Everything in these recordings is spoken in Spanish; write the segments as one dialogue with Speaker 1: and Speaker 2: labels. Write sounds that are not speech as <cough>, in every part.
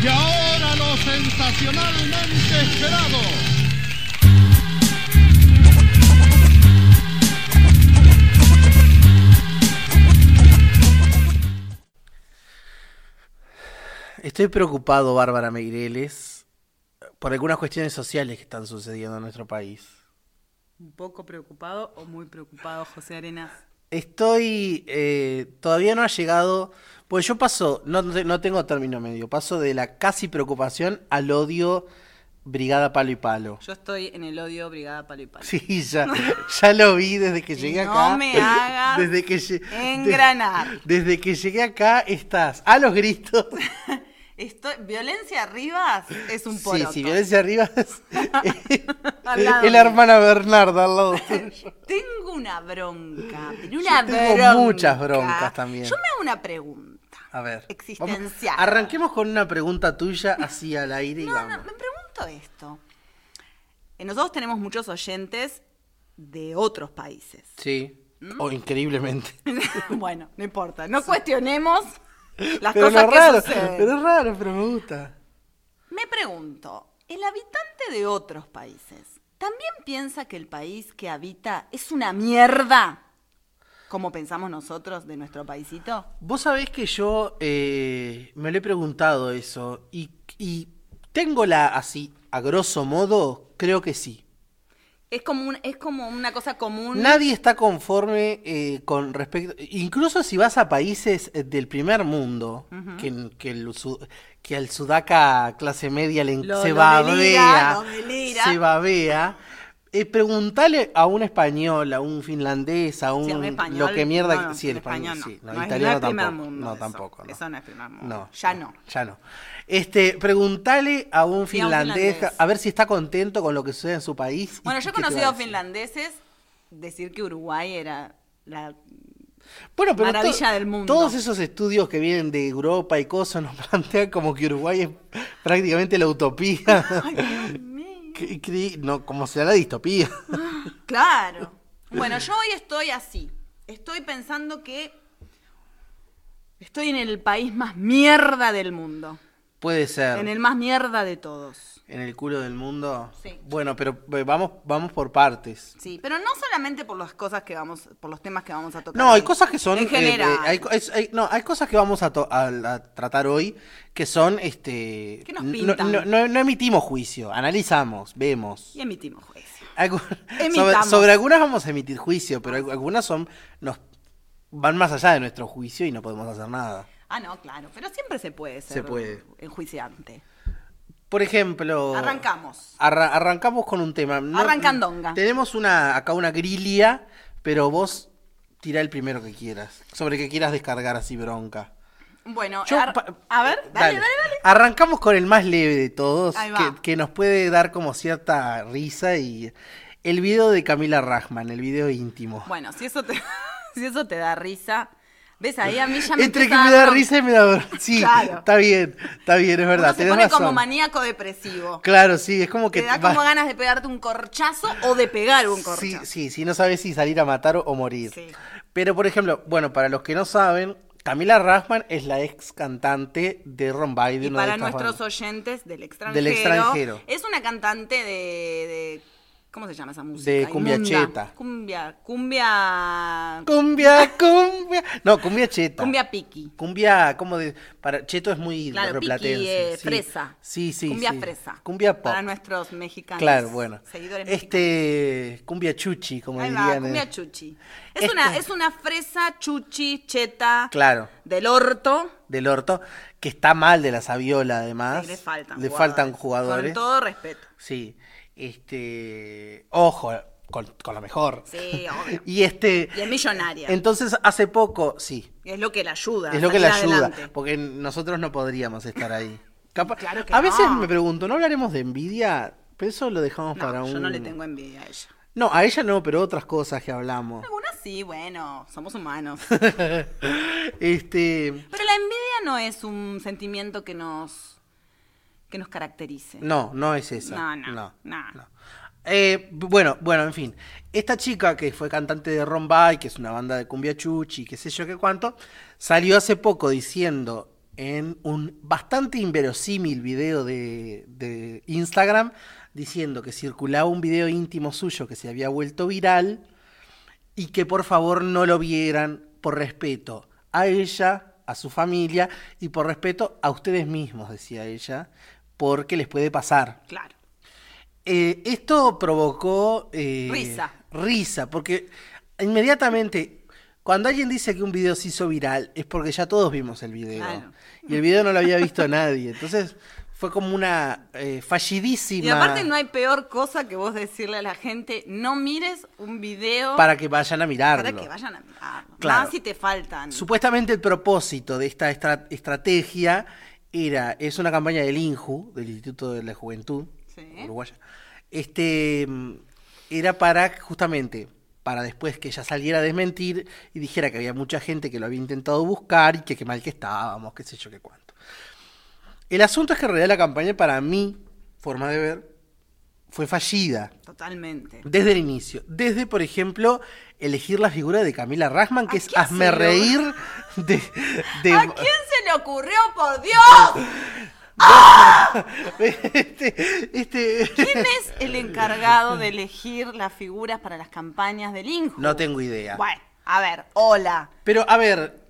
Speaker 1: Y ahora lo sensacionalmente esperado.
Speaker 2: Estoy preocupado, Bárbara Meireles, por algunas cuestiones sociales que están sucediendo en nuestro país.
Speaker 3: ¿Un poco preocupado o muy preocupado, José Arenas?
Speaker 2: Estoy. eh, todavía no ha llegado. Pues yo paso. No, te- no tengo término medio. Paso de la casi preocupación al odio Brigada Palo y Palo. <laughs>
Speaker 3: Yo estoy en el odio Brigada Palo y Palo.
Speaker 2: Sí, ya, ya lo vi desde que
Speaker 3: Y
Speaker 2: llegué
Speaker 3: no
Speaker 2: acá. <laughs>
Speaker 3: me hagas
Speaker 2: desde que lle- de-
Speaker 3: engranar.
Speaker 2: desde que llegué acá estás a los gritos.
Speaker 3: Estoy, violencia Rivas es un
Speaker 2: Sí,
Speaker 3: poroto.
Speaker 2: si vienes arriba <laughs> es,
Speaker 3: <laughs> Al lado
Speaker 2: es la
Speaker 3: mío.
Speaker 2: hermana Bernarda al lado
Speaker 3: <laughs>
Speaker 2: tuyo.
Speaker 3: Tengo una bronca, pero una
Speaker 2: tengo
Speaker 3: bronca.
Speaker 2: muchas broncas también.
Speaker 3: Yo me hago una pregunta.
Speaker 2: A ver.
Speaker 3: Existencial.
Speaker 2: vamos- arranquemos con una pregunta tuya así al aire y
Speaker 3: No, no,
Speaker 2: vamos.
Speaker 3: me pregunto esto. Eh, Nosotros tenemos muchos oyentes de otros países. <laughs>
Speaker 2: Sí.
Speaker 3: Mm.
Speaker 2: O increíblemente.
Speaker 3: bueno, no importa. No cuestionemos las
Speaker 2: pero
Speaker 3: cosas
Speaker 2: no
Speaker 3: que
Speaker 2: raro,
Speaker 3: suceden.
Speaker 2: pero es raro, pero me gusta.
Speaker 3: Me pregunto, ¿el habitante de otros países también piensa que el país que habita es una mierda? Como pensamos nosotros de nuestro paisito.
Speaker 2: Vos sabés que yo eh, me lo he preguntado eso y, y tengo la así, a grosso modo, creo que sí.
Speaker 3: Es como, un- es como una cosa común.
Speaker 2: Nadie está conforme eh, con respecto, incluso si vas a países eh, del primer mundo, que, que, el su- que al sudaca clase media le,
Speaker 3: Lo-
Speaker 2: se
Speaker 3: lo
Speaker 2: babea,
Speaker 3: delira, lo delira.
Speaker 2: se babea, eh, preguntale a un español, a un finlandés, a un
Speaker 3: Si habla español,
Speaker 2: lo que mierda,
Speaker 3: no, no,
Speaker 2: sí, el
Speaker 3: en español,
Speaker 2: español, sí,
Speaker 3: no.
Speaker 2: no,
Speaker 3: No es-
Speaker 2: italiano
Speaker 3: no es primer
Speaker 2: tampoco,
Speaker 3: mundo
Speaker 2: no,
Speaker 3: eso.
Speaker 2: tampoco, no.
Speaker 3: Eso no es primer mundo.
Speaker 2: No, <laughs>
Speaker 3: Ya no.
Speaker 2: Ya no. Este, preguntale a un
Speaker 3: Sí, a un
Speaker 2: finlandés
Speaker 3: finlandés.
Speaker 2: a ver si está contento con lo que sucede en su país. y-
Speaker 3: Bueno,
Speaker 2: y
Speaker 3: yo he
Speaker 2: qué te va a
Speaker 3: conocido
Speaker 2: decir.
Speaker 3: finlandeses decir que Uruguay era la... <laughs>
Speaker 2: Bueno, pero
Speaker 3: Maravilla del mundo.
Speaker 2: Todos esos estudios que vienen de Europa y cosas nos <laughs> plantean como que Uruguay es prácticamente la <laughs> utopía.
Speaker 3: Ay, Dios mío.
Speaker 2: Que- que- no, como sea la distopía.
Speaker 3: Claro. Bueno, yo hoy estoy así. Estoy pensando que estoy en el país más mierda del mundo.
Speaker 2: <laughs> Puede ser.
Speaker 3: En el más mierda de todos.
Speaker 2: En el culo del mundo.
Speaker 3: Sí.
Speaker 2: Bueno, pero eh, vamos, vamos por partes.
Speaker 3: Sí, pero no solamente por las cosas que vamos, por los temas que vamos a tocar.
Speaker 2: No, hay
Speaker 3: hoy.
Speaker 2: cosas que son.
Speaker 3: En
Speaker 2: eh,
Speaker 3: general.
Speaker 2: eh, hay, co- es- hay- no, hay cosas que vamos a, to- a- a tratar hoy que son. Este,
Speaker 3: ¿Qué nos
Speaker 2: no-
Speaker 3: pintan?
Speaker 2: No, no- no emitimos juicio, analizamos, vemos.
Speaker 3: Y emitimos juicio.
Speaker 2: Algu- <laughs> sobre,
Speaker 3: Emitamos.
Speaker 2: sobre algunas vamos a emitir juicio, pero algu- algunas son. nos van más allá de nuestro juicio y no podemos hacer nada.
Speaker 3: Ah, no, claro. Pero siempre se puede ser
Speaker 2: Se puede.
Speaker 3: enjuiciante.
Speaker 2: Por ejemplo.
Speaker 3: Arrancamos.
Speaker 2: arra- arrancamos con un tema. No-
Speaker 3: Arrancandonga.
Speaker 2: Tenemos una, acá una grilia, pero vos tirá el primero que quieras. Sobre que quieras descargar así bronca.
Speaker 3: Bueno,
Speaker 2: Yo
Speaker 3: ar-
Speaker 2: pa- eh,
Speaker 3: a ver, dale, dale, dale.
Speaker 2: Arrancamos con el más leve de todos,
Speaker 3: Ahí
Speaker 2: que,
Speaker 3: va.
Speaker 2: que nos puede dar como cierta risa y el video de Camila Rajman, el video íntimo.
Speaker 3: Bueno, si eso te, <laughs> si eso te da risa. ¿Ves? Ahí a mí ya me
Speaker 2: Entre que
Speaker 3: empieza a
Speaker 2: me
Speaker 3: dar
Speaker 2: da
Speaker 3: bronca.
Speaker 2: risa y me da bronca. Sí,
Speaker 3: Claro.
Speaker 2: está bien, está bien, es verdad.
Speaker 3: Uno se
Speaker 2: tenés
Speaker 3: pone como
Speaker 2: razón.
Speaker 3: maníaco depresivo.
Speaker 2: Claro, sí, es como que
Speaker 3: Te da
Speaker 2: va-
Speaker 3: como ganas de pegarte un corchazo o de pegar un
Speaker 2: Sí,
Speaker 3: corchazo.
Speaker 2: sí, sí, no sabes si salir a matar o, o morir.
Speaker 3: Sí.
Speaker 2: Pero, por ejemplo, bueno, para los que no saben, Camila Rajman es la ex cantante de Ron Bay, de
Speaker 3: Y
Speaker 2: una de
Speaker 3: para
Speaker 2: estas
Speaker 3: nuestros
Speaker 2: bandas.
Speaker 3: oyentes del extranjero,
Speaker 2: Del extranjero.
Speaker 3: es una cantante de, de- ¿cómo se llama esa música?
Speaker 2: De cumbia
Speaker 3: Inmunda.
Speaker 2: cheta.
Speaker 3: Cumbia, cumbia,
Speaker 2: Cumbia, cumbia. No, cumbia cheta.
Speaker 3: cumbia piqui.
Speaker 2: Cumbia, como de. Para, cheto es muy
Speaker 3: Claro,
Speaker 2: rioplatense,
Speaker 3: piqui, eh,
Speaker 2: sí.
Speaker 3: fresa.
Speaker 2: Sí, sí.
Speaker 3: Cumbia
Speaker 2: sí.
Speaker 3: fresa.
Speaker 2: Cumbia pop.
Speaker 3: Para nuestros mexicanos.
Speaker 2: Claro, bueno.
Speaker 3: Seguidores mexicanos.
Speaker 2: Este. Cumbia chuchi, como
Speaker 3: Ahí va,
Speaker 2: dirían. eh.
Speaker 3: cumbia chuchi. Es,
Speaker 2: Este-
Speaker 3: una, es una fresa chuchi, cheta,
Speaker 2: Claro,
Speaker 3: del orto.
Speaker 2: del orto. Que está mal de la Saviola, además.
Speaker 3: le faltan
Speaker 2: Le
Speaker 3: jugadores.
Speaker 2: faltan jugadores.
Speaker 3: Con todo respeto.
Speaker 2: Sí. Este. Ojo, con, con lo mejor.
Speaker 3: Sí, obvio.
Speaker 2: Y este.
Speaker 3: Y
Speaker 2: <laughs>
Speaker 3: es millonaria.
Speaker 2: Entonces, hace poco, sí,
Speaker 3: es lo que la ayuda. a
Speaker 2: Es lo que le
Speaker 3: salir
Speaker 2: ayuda,
Speaker 3: adelante.
Speaker 2: porque nosotros no podríamos estar ahí. Capa-
Speaker 3: Claro que
Speaker 2: a veces
Speaker 3: no.
Speaker 2: me pregunto, ¿no hablaremos de envidia? Pero eso lo dejamos
Speaker 3: No,
Speaker 2: para un...
Speaker 3: yo no le tengo envidia a ella.
Speaker 2: No, a ella no, pero otras cosas que hablamos. <laughs>
Speaker 3: Algunas sí, bueno, somos humanos. Pero
Speaker 2: este...
Speaker 3: la envidia no es un sentimiento que nos que nos caracterice.
Speaker 2: No, no es esa.
Speaker 3: No, no, no.
Speaker 2: Eh, bueno, bueno, en fin. Esta chica que fue cantante de Rombay, que es una banda de cumbia chuchi, qué sé yo qué cuánto, salió hace poco diciendo en un bastante inverosímil video de, de Instagram diciendo que circulaba un video íntimo suyo que se había vuelto viral y que por favor no lo vieran por respeto a ella, a su familia y por respeto a ustedes mismos, decía ella, porque les puede pasar.
Speaker 3: Claro.
Speaker 2: Eh, esto provocó... eh,
Speaker 3: Risa.
Speaker 2: Risa, porque inmediatamente, cuando alguien dice que un video se hizo viral, es porque ya todos vimos el video.
Speaker 3: Claro.
Speaker 2: Y el video no lo había visto <laughs> nadie. Entonces fue como una eh, fallidísima...
Speaker 3: Y aparte no hay peor cosa que vos decirle a la gente, no mires un video
Speaker 2: Para que vayan a mirarlo.
Speaker 3: para que vayan a mirarlo.
Speaker 2: Claro.
Speaker 3: Más si te faltan.
Speaker 2: Supuestamente el propósito de esta estra- estrategia era, es una campaña del INJU, del Instituto de la Juventud
Speaker 3: Sí.
Speaker 2: Uruguaya, este, mm, era para justamente, para después que ella saliera a desmentir y dijera que había mucha gente que lo había intentado buscar y que qué mal que estábamos, qué sé yo, qué cuánto. El asunto es que en realidad la campaña para mi forma de ver, fue fallida.
Speaker 3: Totalmente.
Speaker 2: Desde el inicio. Desde, por ejemplo, elegir la figura de Camila Rasman, que
Speaker 3: ¿A
Speaker 2: es
Speaker 3: qué
Speaker 2: hazme
Speaker 3: se lo-
Speaker 2: reír de, de-
Speaker 3: ¿A quién se le ocurrió, por
Speaker 2: <laughs>
Speaker 3: Dios?
Speaker 2: este, este-
Speaker 3: ¿Quién es el encargado de elegir las figuras para las campañas del Inju?
Speaker 2: No tengo idea.
Speaker 3: Bueno, a ver, hola.
Speaker 2: Pero, a ver,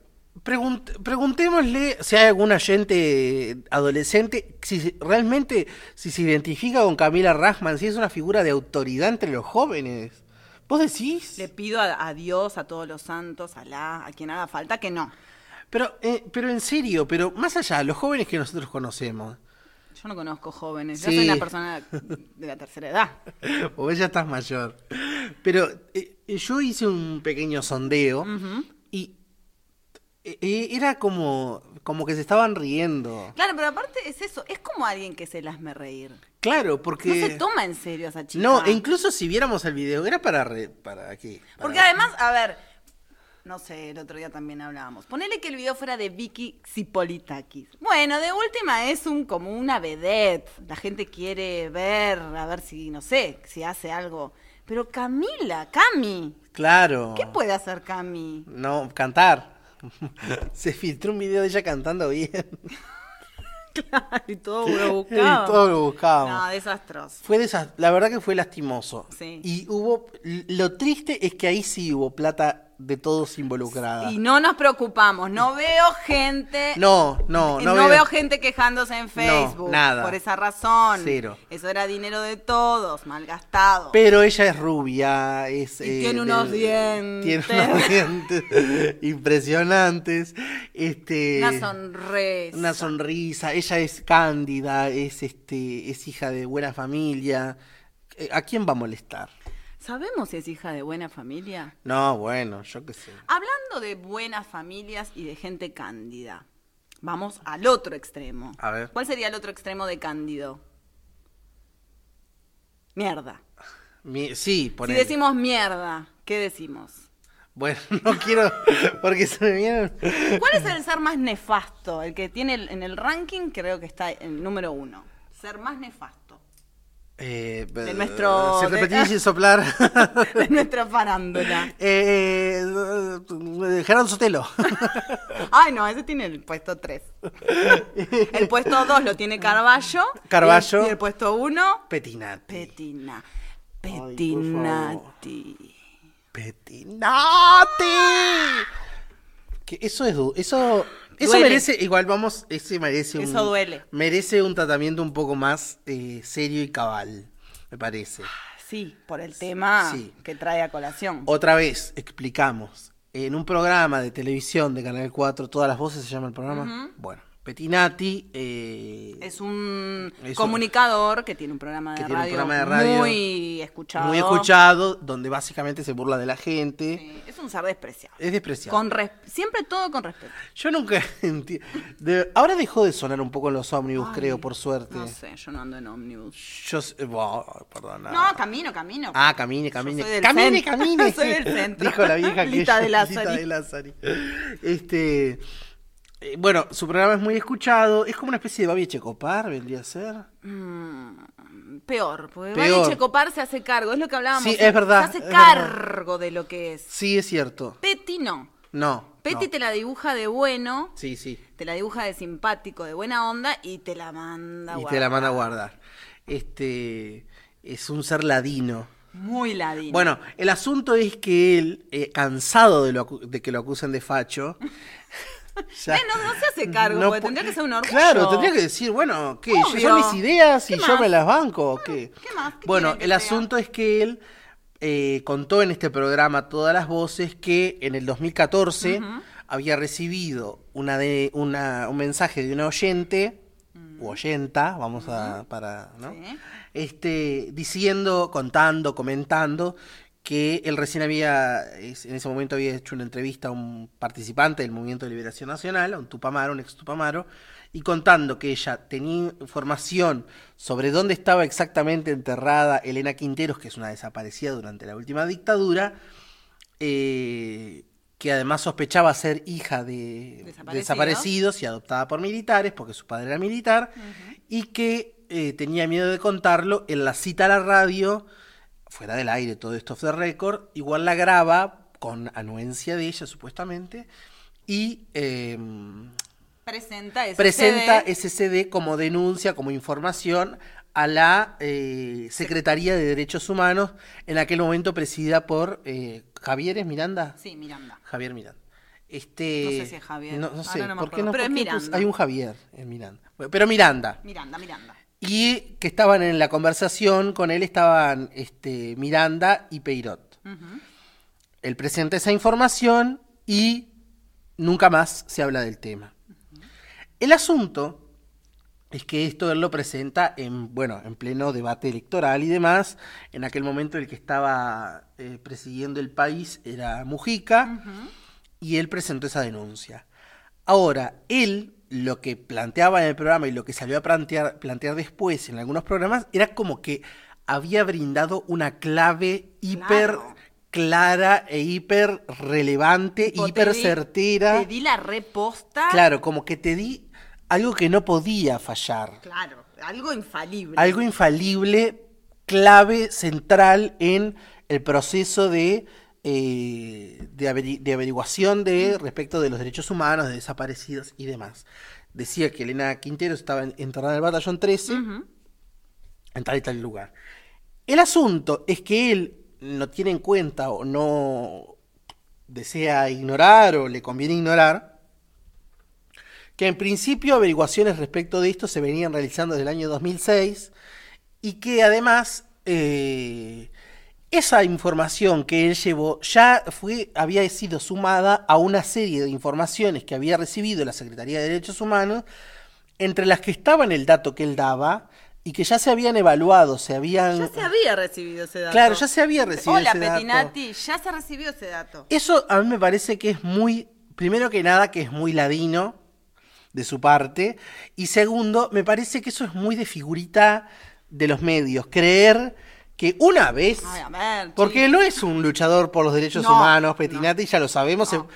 Speaker 2: pregunt- preguntémosle si hay algún oyente adolescente, si se- realmente si se identifica con Camila Rasman, si es una figura de autoridad entre los jóvenes. ¿Vos decís?
Speaker 3: Le pido a, a Dios, a todos los santos, a la, a quien haga falta, que no.
Speaker 2: Pero, eh, pero en serio, pero más allá, los jóvenes que nosotros conocemos.
Speaker 3: Yo no conozco jóvenes, yo
Speaker 2: Sí.
Speaker 3: soy una persona de la tercera edad.
Speaker 2: O vos ya estás mayor. Pero eh, eh, yo hice un pequeño sondeo y eh, eh, era como, como que se estaban riendo.
Speaker 3: Claro, pero aparte es eso, es como alguien que se las me reír.
Speaker 2: Claro, porque...
Speaker 3: No se toma en serio a esa chica.
Speaker 2: No, e incluso si viéramos el video, era para... re- para aquí. para-
Speaker 3: Porque además, a ver, no sé, el otro día también hablábamos. Ponele que el video fuera de Vicky Xipolitakis. Bueno, de última es un como una vedette. La gente quiere ver, a ver si, no sé, si hace algo. Pero Camila, Cami,
Speaker 2: Claro.
Speaker 3: ¿qué puede hacer Cami?
Speaker 2: No, cantar. <laughs> se filtró un video de ella cantando bien.
Speaker 3: <laughs> y todo
Speaker 2: <laughs>
Speaker 3: lo
Speaker 2: y todo lo buscábamos.
Speaker 3: No, desastroso.
Speaker 2: Fue desas- la verdad que fue lastimoso.
Speaker 3: Sí.
Speaker 2: Y hubo, lo triste es que ahí sí hubo plata de todos involucrada.
Speaker 3: Y no nos preocupamos, no veo gente.
Speaker 2: No, no,
Speaker 3: Eh,
Speaker 2: no
Speaker 3: No,
Speaker 2: veo-
Speaker 3: veo... gente quejándose en Facebook.
Speaker 2: nada.
Speaker 3: Por esa razón.
Speaker 2: Cero.
Speaker 3: Eso era dinero de todos, malgastado.
Speaker 2: Pero ella es rubia, es... eh,
Speaker 3: Y tiene unos
Speaker 2: Tiene
Speaker 3: dientes.
Speaker 2: unos <laughs> dientes impresionantes. Este,
Speaker 3: Una sonrisa.
Speaker 2: una sonrisa. Ella es cándida, es, este, es hija de buena familia. Eh, ¿A quién va a molestar?
Speaker 3: ¿Sabemos si es hija de buena familia?
Speaker 2: No, bueno, yo qué sé.
Speaker 3: Hablando de buenas familias y de gente cándida, vamos al otro extremo.
Speaker 2: A ver.
Speaker 3: ¿Cuál sería el otro extremo de cándido? Mierda.
Speaker 2: Mi- sí, por
Speaker 3: Si decimos mierda, ¿qué decimos?
Speaker 2: Bueno, <laughs> no quiero, porque se me vienen...
Speaker 3: ¿Cuál es el ser más nefasto? El que tiene el- en el ranking creo que está el número uno. Ser más nefasto
Speaker 2: Eh,
Speaker 3: De nuestro-
Speaker 2: Si
Speaker 3: de-
Speaker 2: repetís sin soplar.
Speaker 3: <laughs> de nuestra farándula.
Speaker 2: Eh, Gerardo
Speaker 3: <laughs>
Speaker 2: Sotelo.
Speaker 3: Ay, no, ese tiene el puesto 3. El puesto 2 lo tiene Carballo.
Speaker 2: Carballo.
Speaker 3: Y el, y el puesto 1,
Speaker 2: Petinati.
Speaker 3: Petina.
Speaker 2: favor.
Speaker 3: Petinati.
Speaker 2: Petinati. Que eso es du- eso eso
Speaker 3: Duele.
Speaker 2: merece igual vamos ese merece un,
Speaker 3: Eso duele.
Speaker 2: merece un tratamiento un poco más eh, serio y cabal me parece
Speaker 3: sí, por el tema
Speaker 2: Sí.
Speaker 3: que trae a colación.
Speaker 2: otra vez explicamos en un programa de televisión de Canal 4 todas las voces se llama el programa bueno Petinati eh,
Speaker 3: es un
Speaker 2: Es un-
Speaker 3: comunicador que tiene un programa de,
Speaker 2: que tiene un
Speaker 3: radio,
Speaker 2: programa de radio
Speaker 3: muy escuchado.
Speaker 2: muy escuchado donde básicamente se burla de la gente
Speaker 3: Sí, Es un ser despreciable.
Speaker 2: es despreciable
Speaker 3: Con res- siempre todo con respeto.
Speaker 2: Yo nunca <laughs> entiendo. ahora dejó de sonar un poco en los ómnibus,
Speaker 3: Ay,
Speaker 2: creo, por suerte.
Speaker 3: No sé, yo no ando en ómnibus.
Speaker 2: Yo sé- Buah, perdona.
Speaker 3: No, camino, camino.
Speaker 2: Ah, camine, camine.
Speaker 3: Yo soy del
Speaker 2: Camine,
Speaker 3: centro.
Speaker 2: camine.
Speaker 3: <laughs> Soy del centro.
Speaker 2: Dijo la
Speaker 3: <laughs>
Speaker 2: vieja que
Speaker 3: Lita
Speaker 2: yo-
Speaker 3: de Lázari.
Speaker 2: Lita de Lázari. Este. eh, Bueno, su programa es muy escuchado. Es como una especie de Babi Checopar, vendría a ser.
Speaker 3: Mm, Peor, porque
Speaker 2: Peor.
Speaker 3: Vale Checopar se hace cargo, es lo que hablábamos.
Speaker 2: Sí, es verdad,
Speaker 3: Se hace
Speaker 2: es
Speaker 3: cargo de lo que es.
Speaker 2: Sí, es cierto.
Speaker 3: Peti no.
Speaker 2: No.
Speaker 3: Petty
Speaker 2: No.
Speaker 3: te la dibuja de bueno,
Speaker 2: Sí, sí.
Speaker 3: te la dibuja de simpático, de buena onda y te la manda. a
Speaker 2: Y te la
Speaker 3: guardar.
Speaker 2: manda a guardar. Este es un ser ladino.
Speaker 3: Muy ladino.
Speaker 2: Bueno, el asunto es que él, eh, cansado de, lo acu- de que lo acusen de
Speaker 3: <laughs>
Speaker 2: facho, ya-
Speaker 3: Eh, no, no se hace cargo, porque
Speaker 2: pu-
Speaker 3: tendría que ser un orgullo.
Speaker 2: Claro, tendría que decir, bueno, ¿qué?
Speaker 3: Obvio.
Speaker 2: Son mis ideas y
Speaker 3: ¿Qué
Speaker 2: yo
Speaker 3: más? Ah,
Speaker 2: me las banco. ¿o qué?
Speaker 3: ¿qué más? ¿Qué
Speaker 2: bueno,
Speaker 3: quieren que
Speaker 2: el
Speaker 3: sea?
Speaker 2: asunto es que él eh, contó en este programa todas las voces que en el 2014 había recibido una de, una, un mensaje de una oyente, o oyenta, vamos a, para, ¿no?
Speaker 3: Mm. Sí.
Speaker 2: este, diciendo, contando, comentando que él recién había, es- en ese momento había hecho una entrevista a un participante del Movimiento de Liberación Nacional, a un Tupamaro, un ex Tupamaro, y contando que ella tenía información sobre dónde estaba exactamente enterrada Elena Quinteros, que es una desaparecida durante la última dictadura, eh, que además sospechaba ser hija de
Speaker 3: Desaparecidos.
Speaker 2: desaparecidos y adoptada por militares, porque su padre era militar, y que eh, tenía miedo de contarlo en la cita a la radio, fuera del aire, todo esto off the record, igual la graba con anuencia de ella, supuestamente, y eh,
Speaker 3: Presenta ese
Speaker 2: presenta
Speaker 3: CD.
Speaker 2: ese CD como denuncia, como información a la eh, Secretaría de Derechos Humanos, en aquel momento presidida por eh, Javieres Miranda.
Speaker 3: Sí, Miranda.
Speaker 2: Javier Miranda. Este,
Speaker 3: No sé si es Javier.
Speaker 2: No, no
Speaker 3: Ahora
Speaker 2: sé,
Speaker 3: no me
Speaker 2: ¿por qué
Speaker 3: acuerdo,
Speaker 2: no?
Speaker 3: pero
Speaker 2: ¿Por qué
Speaker 3: es
Speaker 2: pus-
Speaker 3: Miranda.
Speaker 2: Hay un Javier en Miranda. Bueno, pero Miranda.
Speaker 3: Miranda, Miranda.
Speaker 2: Y que estaban en la conversación con él, estaban este, Miranda y Peirot.
Speaker 3: Ujú.
Speaker 2: Él presenta esa información y nunca más se habla del tema. El asunto es que esto él lo presenta en, bueno, en pleno debate electoral y demás. En aquel momento el que estaba eh, presidiendo el país era Mujica
Speaker 3: Ujú.
Speaker 2: y él presentó esa denuncia. Ahora, él lo que planteaba en el programa y lo que salió a plantear, plantear después en algunos programas era como que había brindado una clave hiper
Speaker 3: Claro.
Speaker 2: clara e hiper relevante,
Speaker 3: Tipo, te
Speaker 2: hiper
Speaker 3: di-
Speaker 2: certera.
Speaker 3: Te di la reposta.
Speaker 2: Claro, como que te di algo que no podía fallar.
Speaker 3: Claro, algo infalible.
Speaker 2: Algo infalible, clave, central en el proceso de, eh, de, averi- de averiguación
Speaker 3: Mm.
Speaker 2: de respecto de los derechos humanos, de desaparecidos y demás. Decía que Elena Quintero estaba en- enterrada en el batallón 13,
Speaker 3: Ujú.
Speaker 2: en tal y tal lugar. El asunto es que él no tiene en cuenta o no desea ignorar o le conviene ignorar que en principio averiguaciones respecto de esto se venían realizando desde el año 2006 y que además eh, esa información que él llevó ya fue, había sido sumada a una serie de informaciones que había recibido la Secretaría de Derechos Humanos entre las que estaban el dato que él daba y que ya se habían evaluado, se habían...
Speaker 3: Ya se había recibido ese dato.
Speaker 2: Claro, ya se había recibido
Speaker 3: Hola,
Speaker 2: ese dato.
Speaker 3: Petinati, ya se recibió ese dato.
Speaker 2: Eso a mí me parece que es muy, primero que nada, que es muy ladino de su parte. Y segundo, me parece que eso es muy de figurita de los medios. Creer que una vez...
Speaker 3: Ay, a ver,
Speaker 2: Porque
Speaker 3: chico.
Speaker 2: él no es un luchador por los derechos
Speaker 3: No,
Speaker 2: humanos, Petinati, ya lo sabemos.
Speaker 3: No.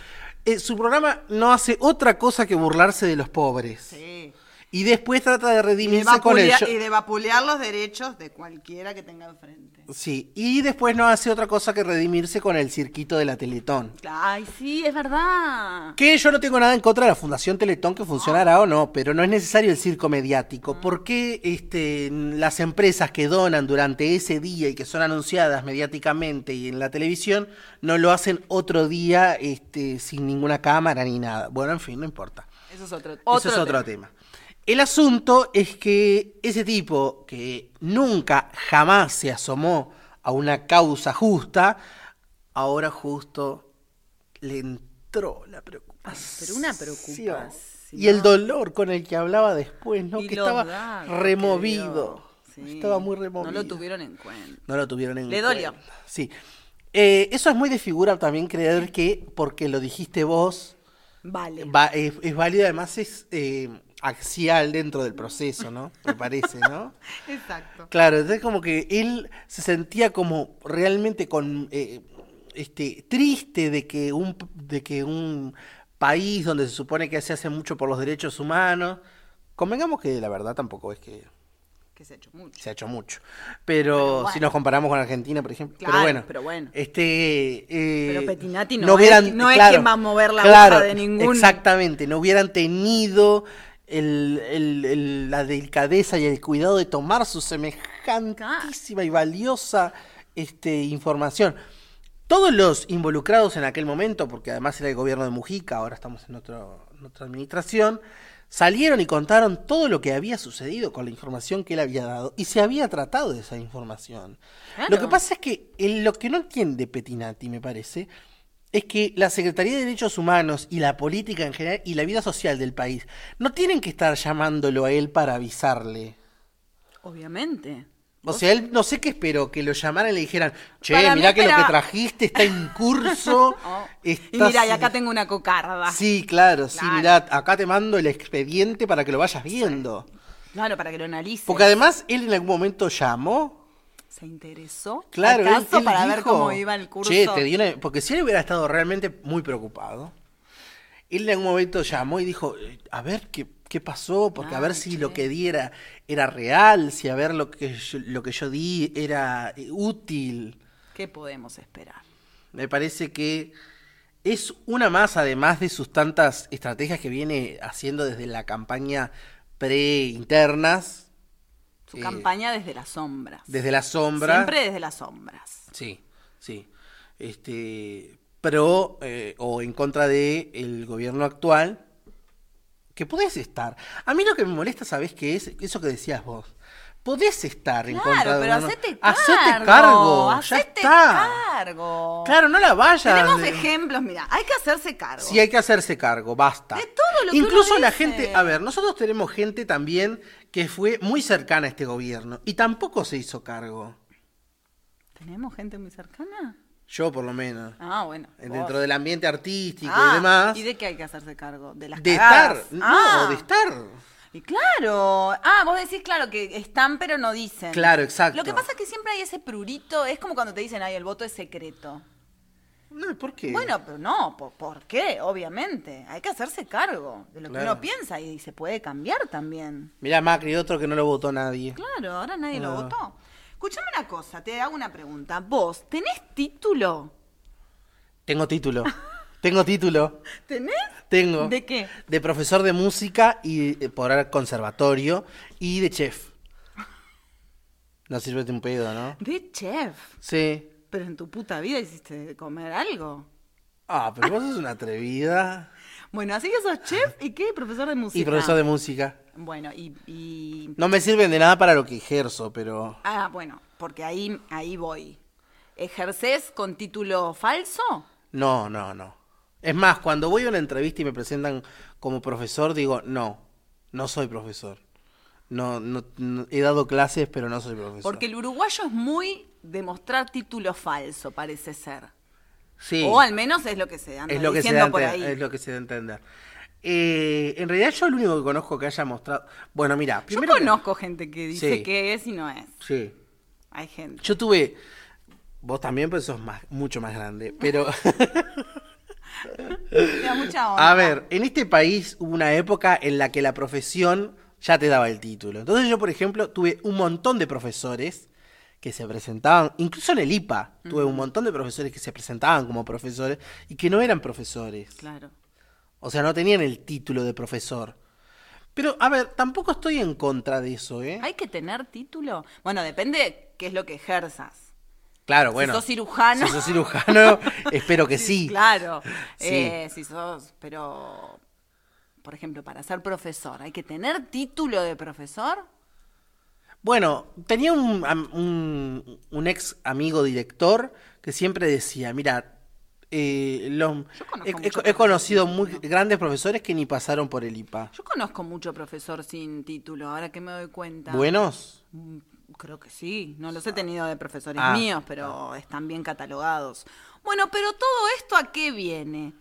Speaker 2: Eh, su programa no hace otra cosa que burlarse de los pobres.
Speaker 3: Sí.
Speaker 2: Y después trata de
Speaker 3: Y de,
Speaker 2: redimirse con el...
Speaker 3: vapulear-
Speaker 2: yo-
Speaker 3: y de vapulear los derechos de cualquiera que tenga enfrente.
Speaker 2: Sí, y después no hace otra cosa que redimirse con el cirquito de la Teletón.
Speaker 3: Ay, sí, es verdad.
Speaker 2: Que yo no tengo nada en contra de la Fundación Teletón que funcionará o no, pero no es necesario el circo mediático. ¿Por qué este, las empresas que donan durante ese día y que son anunciadas mediáticamente y en la televisión no lo hacen otro día este, sin ninguna cámara ni nada? Bueno, en fin, no importa.
Speaker 3: Eso es otro,
Speaker 2: Eso es otro tema. El asunto es que ese tipo que nunca jamás se asomó a una causa justa, ahora justo le entró la preocupación.
Speaker 3: Pero una preocupación.
Speaker 2: Y el dolor con el que hablaba después, ¿no?
Speaker 3: Y
Speaker 2: que
Speaker 3: los
Speaker 2: estaba
Speaker 3: datos que
Speaker 2: removido.
Speaker 3: dio. Sí.
Speaker 2: Estaba muy removido.
Speaker 3: No lo tuvieron en cuenta.
Speaker 2: No lo tuvieron en
Speaker 3: Le dolió.
Speaker 2: cuenta. Sí. Eh, eso es muy de figura también creer que porque lo dijiste vos,
Speaker 3: Vale.
Speaker 2: Va- es, es válido, además es eh, axial dentro del proceso, ¿no? Me parece, ¿no?
Speaker 3: Exacto.
Speaker 2: Claro, entonces como que él se sentía como realmente con eh, este triste de que un de que un país donde se supone que se hace mucho por los derechos humanos, convengamos que la verdad tampoco es que
Speaker 3: Que que se ha hecho mucho.
Speaker 2: Se ha hecho mucho. Pero
Speaker 3: Pero
Speaker 2: si
Speaker 3: bueno.
Speaker 2: nos comparamos con Argentina, por ejemplo.
Speaker 3: Claro,
Speaker 2: pero bueno.
Speaker 3: pero bueno.
Speaker 2: Este, eh,
Speaker 3: Pero Pettinati no es- no es
Speaker 2: claro,
Speaker 3: quien va a mover la
Speaker 2: claro,
Speaker 3: aguja de ningún-
Speaker 2: Exactamente. No hubieran tenido el- el- el- la delicadeza y el cuidado de tomar su semejantísima y valiosa este, información. Todos los involucrados en aquel momento, porque además era el gobierno de Mujica, ahora estamos en, otro- en otra administración, salieron y contaron todo lo que había sucedido con la información que él había dado y se había tratado de esa información. Lo que
Speaker 3: Claro.
Speaker 2: pasa es que el- lo que no entiende Petinati, me parece, es que la Secretaría de Derechos Humanos y la política en general y la vida social del país no tienen que estar llamándolo a él para avisarle.
Speaker 3: Obviamente.
Speaker 2: O sea, él no sé qué esperó, que lo llamaran y le dijeran, che,
Speaker 3: Para mí
Speaker 2: mirá que lo
Speaker 3: esperaba-
Speaker 2: que trajiste está en curso.
Speaker 3: <laughs> Oh. Y
Speaker 2: estás-
Speaker 3: mira, y acá tengo una cocarda.
Speaker 2: Sí, claro, sí,
Speaker 3: Claro.
Speaker 2: mirá, acá te mando el expediente para que lo vayas viendo.
Speaker 3: Claro, para que lo analice.
Speaker 2: Porque además él en algún momento llamó.
Speaker 3: se interesó.
Speaker 2: Claro, él-
Speaker 3: ¿Acaso
Speaker 2: él
Speaker 3: para ver
Speaker 2: dijo,
Speaker 3: cómo iba el curso.
Speaker 2: Che, te di una-" porque si él hubiera estado realmente muy preocupado, él en algún momento llamó y dijo, "Eh, a ver qué, qué pasó, porque a ver
Speaker 3: Ay,
Speaker 2: si
Speaker 3: che.
Speaker 2: lo que di era, era real, si a ver lo que yo, lo que yo di era eh, útil.
Speaker 3: ¿Qué podemos esperar?
Speaker 2: Me parece que es una más, además de sus tantas estrategias que viene haciendo desde la campaña pre-internas,
Speaker 3: Su
Speaker 2: Eh,
Speaker 3: campaña desde las sombras.
Speaker 2: desde la sombra.
Speaker 3: Siempre desde las sombras.
Speaker 2: Sí, sí. Este, pro eh, o en contra de el gobierno actual, que podés estar. A mí lo que me molesta, ¿sabés qué es? Eso que decías vos. Podés estar en
Speaker 3: Claro,
Speaker 2: contra de
Speaker 3: pero
Speaker 2: un-
Speaker 3: hacete cargo.
Speaker 2: Hacete cargo, ya
Speaker 3: hacete
Speaker 2: está.
Speaker 3: cargo.
Speaker 2: Claro, no la vayas.
Speaker 3: Tenemos
Speaker 2: de-
Speaker 3: ejemplos, mira, hay que hacerse cargo.
Speaker 2: Sí, hay que hacerse cargo, basta.
Speaker 3: De todo lo que
Speaker 2: Incluso
Speaker 3: uno
Speaker 2: la
Speaker 3: dice.
Speaker 2: gente, a ver, nosotros tenemos gente también que fue muy cercana a este gobierno y tampoco se hizo cargo.
Speaker 3: ¿Tenemos gente muy cercana?
Speaker 2: Yo por lo menos.
Speaker 3: Ah, bueno.
Speaker 2: Eh, Dentro del ambiente artístico
Speaker 3: Ah,
Speaker 2: y demás.
Speaker 3: ¿Y de qué hay que hacerse cargo? De las
Speaker 2: De
Speaker 3: cagadas.
Speaker 2: estar, no,
Speaker 3: Ah,
Speaker 2: de estar.
Speaker 3: Y claro. Ah, vos decís, claro, que están pero no dicen.
Speaker 2: Claro, exacto.
Speaker 3: Lo que pasa es que siempre hay ese prurito, es como cuando te dicen, ay, el voto es secreto.
Speaker 2: No, ¿por qué?
Speaker 3: Bueno, pero no, po- ¿por, qué? Obviamente. Hay que hacerse cargo de lo que
Speaker 2: Claro.
Speaker 3: uno piensa y se puede cambiar también.
Speaker 2: Mirá Macri, otro que no lo votó nadie.
Speaker 3: Claro, ahora nadie lo
Speaker 2: Ah.
Speaker 3: votó. Escuchame una cosa, te hago una pregunta. ¿Vos tenés título?
Speaker 2: Tengo título. Tengo título.
Speaker 3: ¿Tenés?
Speaker 2: Tengo.
Speaker 3: <laughs> ¿De qué?
Speaker 2: De profesor de música y eh, por el conservatorio y de chef. No sirve de un pedo, ¿no?
Speaker 3: De chef.
Speaker 2: Sí.
Speaker 3: Pero en tu puta vida hiciste de comer algo.
Speaker 2: Ah, pero vos sos una
Speaker 3: <laughs>
Speaker 2: atrevida.
Speaker 3: Bueno, así que sos chef y qué, profesor de música.
Speaker 2: Y profesor de música.
Speaker 3: Bueno, y, y-
Speaker 2: No me sirven de nada para lo que ejerzo, pero.
Speaker 3: Ah, bueno, porque ahí, ahí voy. ¿Ejercés con título falso?
Speaker 2: No, no, no. Es más, cuando voy a una entrevista y me presentan como profesor, digo, no, no soy profesor. No, no, no- he dado clases, pero no soy profesor.
Speaker 3: Porque el uruguayo es muy de mostrar título falso, parece ser.
Speaker 2: sí,
Speaker 3: O al menos es lo que se anda
Speaker 2: es lo que se
Speaker 3: diciendo
Speaker 2: da a
Speaker 3: por
Speaker 2: ente-
Speaker 3: ahí.
Speaker 2: es lo que se da a entender. Eh, en realidad yo el único que conozco que haya mostrado... Bueno, mira,
Speaker 3: Yo
Speaker 2: primero... que-
Speaker 3: conozco gente que dice
Speaker 2: Sí.
Speaker 3: que es y no es.
Speaker 2: Sí.
Speaker 3: Hay gente.
Speaker 2: Yo tuve... Vos también, pero sos más, mucho más grande.
Speaker 3: <laughs>
Speaker 2: Pero...
Speaker 3: Me da mucha onda.
Speaker 2: A ver, en este país hubo una época en la que la profesión ya te daba el título. Entonces yo, por ejemplo, tuve un montón de profesores que se presentaban, incluso en el IPA, tuve un montón de profesores que se presentaban como profesores y que no eran profesores.
Speaker 3: Claro.
Speaker 2: O sea, no tenían el título de profesor. Pero, a ver, tampoco estoy en contra de eso, ¿eh?
Speaker 3: ¿Hay que tener título? Bueno, depende qué es lo que ejerzas.
Speaker 2: claro,
Speaker 3: si
Speaker 2: bueno.
Speaker 3: sos cirujano.
Speaker 2: Si sos
Speaker 3: <laughs>
Speaker 2: cirujano, espero que Eh, sí.
Speaker 3: Claro.
Speaker 2: <laughs> Sí.
Speaker 3: Eh, si sos, pero, por ejemplo, para ser profesor, ¿hay que tener título de profesor?
Speaker 2: Bueno, tenía un, am- un- un ex amigo director que siempre decía, mira, eh, los-
Speaker 3: Yo conozco
Speaker 2: he, he-
Speaker 3: muchos
Speaker 2: he conocido muy grandes profesores que ni pasaron por el IPA.
Speaker 3: Yo conozco mucho profesor sin título, ahora que me doy cuenta.
Speaker 2: ¿Buenos?
Speaker 3: Mm, Creo que sí, no los he tenido de profesores
Speaker 2: Ah.
Speaker 3: míos, pero están bien catalogados. Bueno, pero todo esto a qué viene?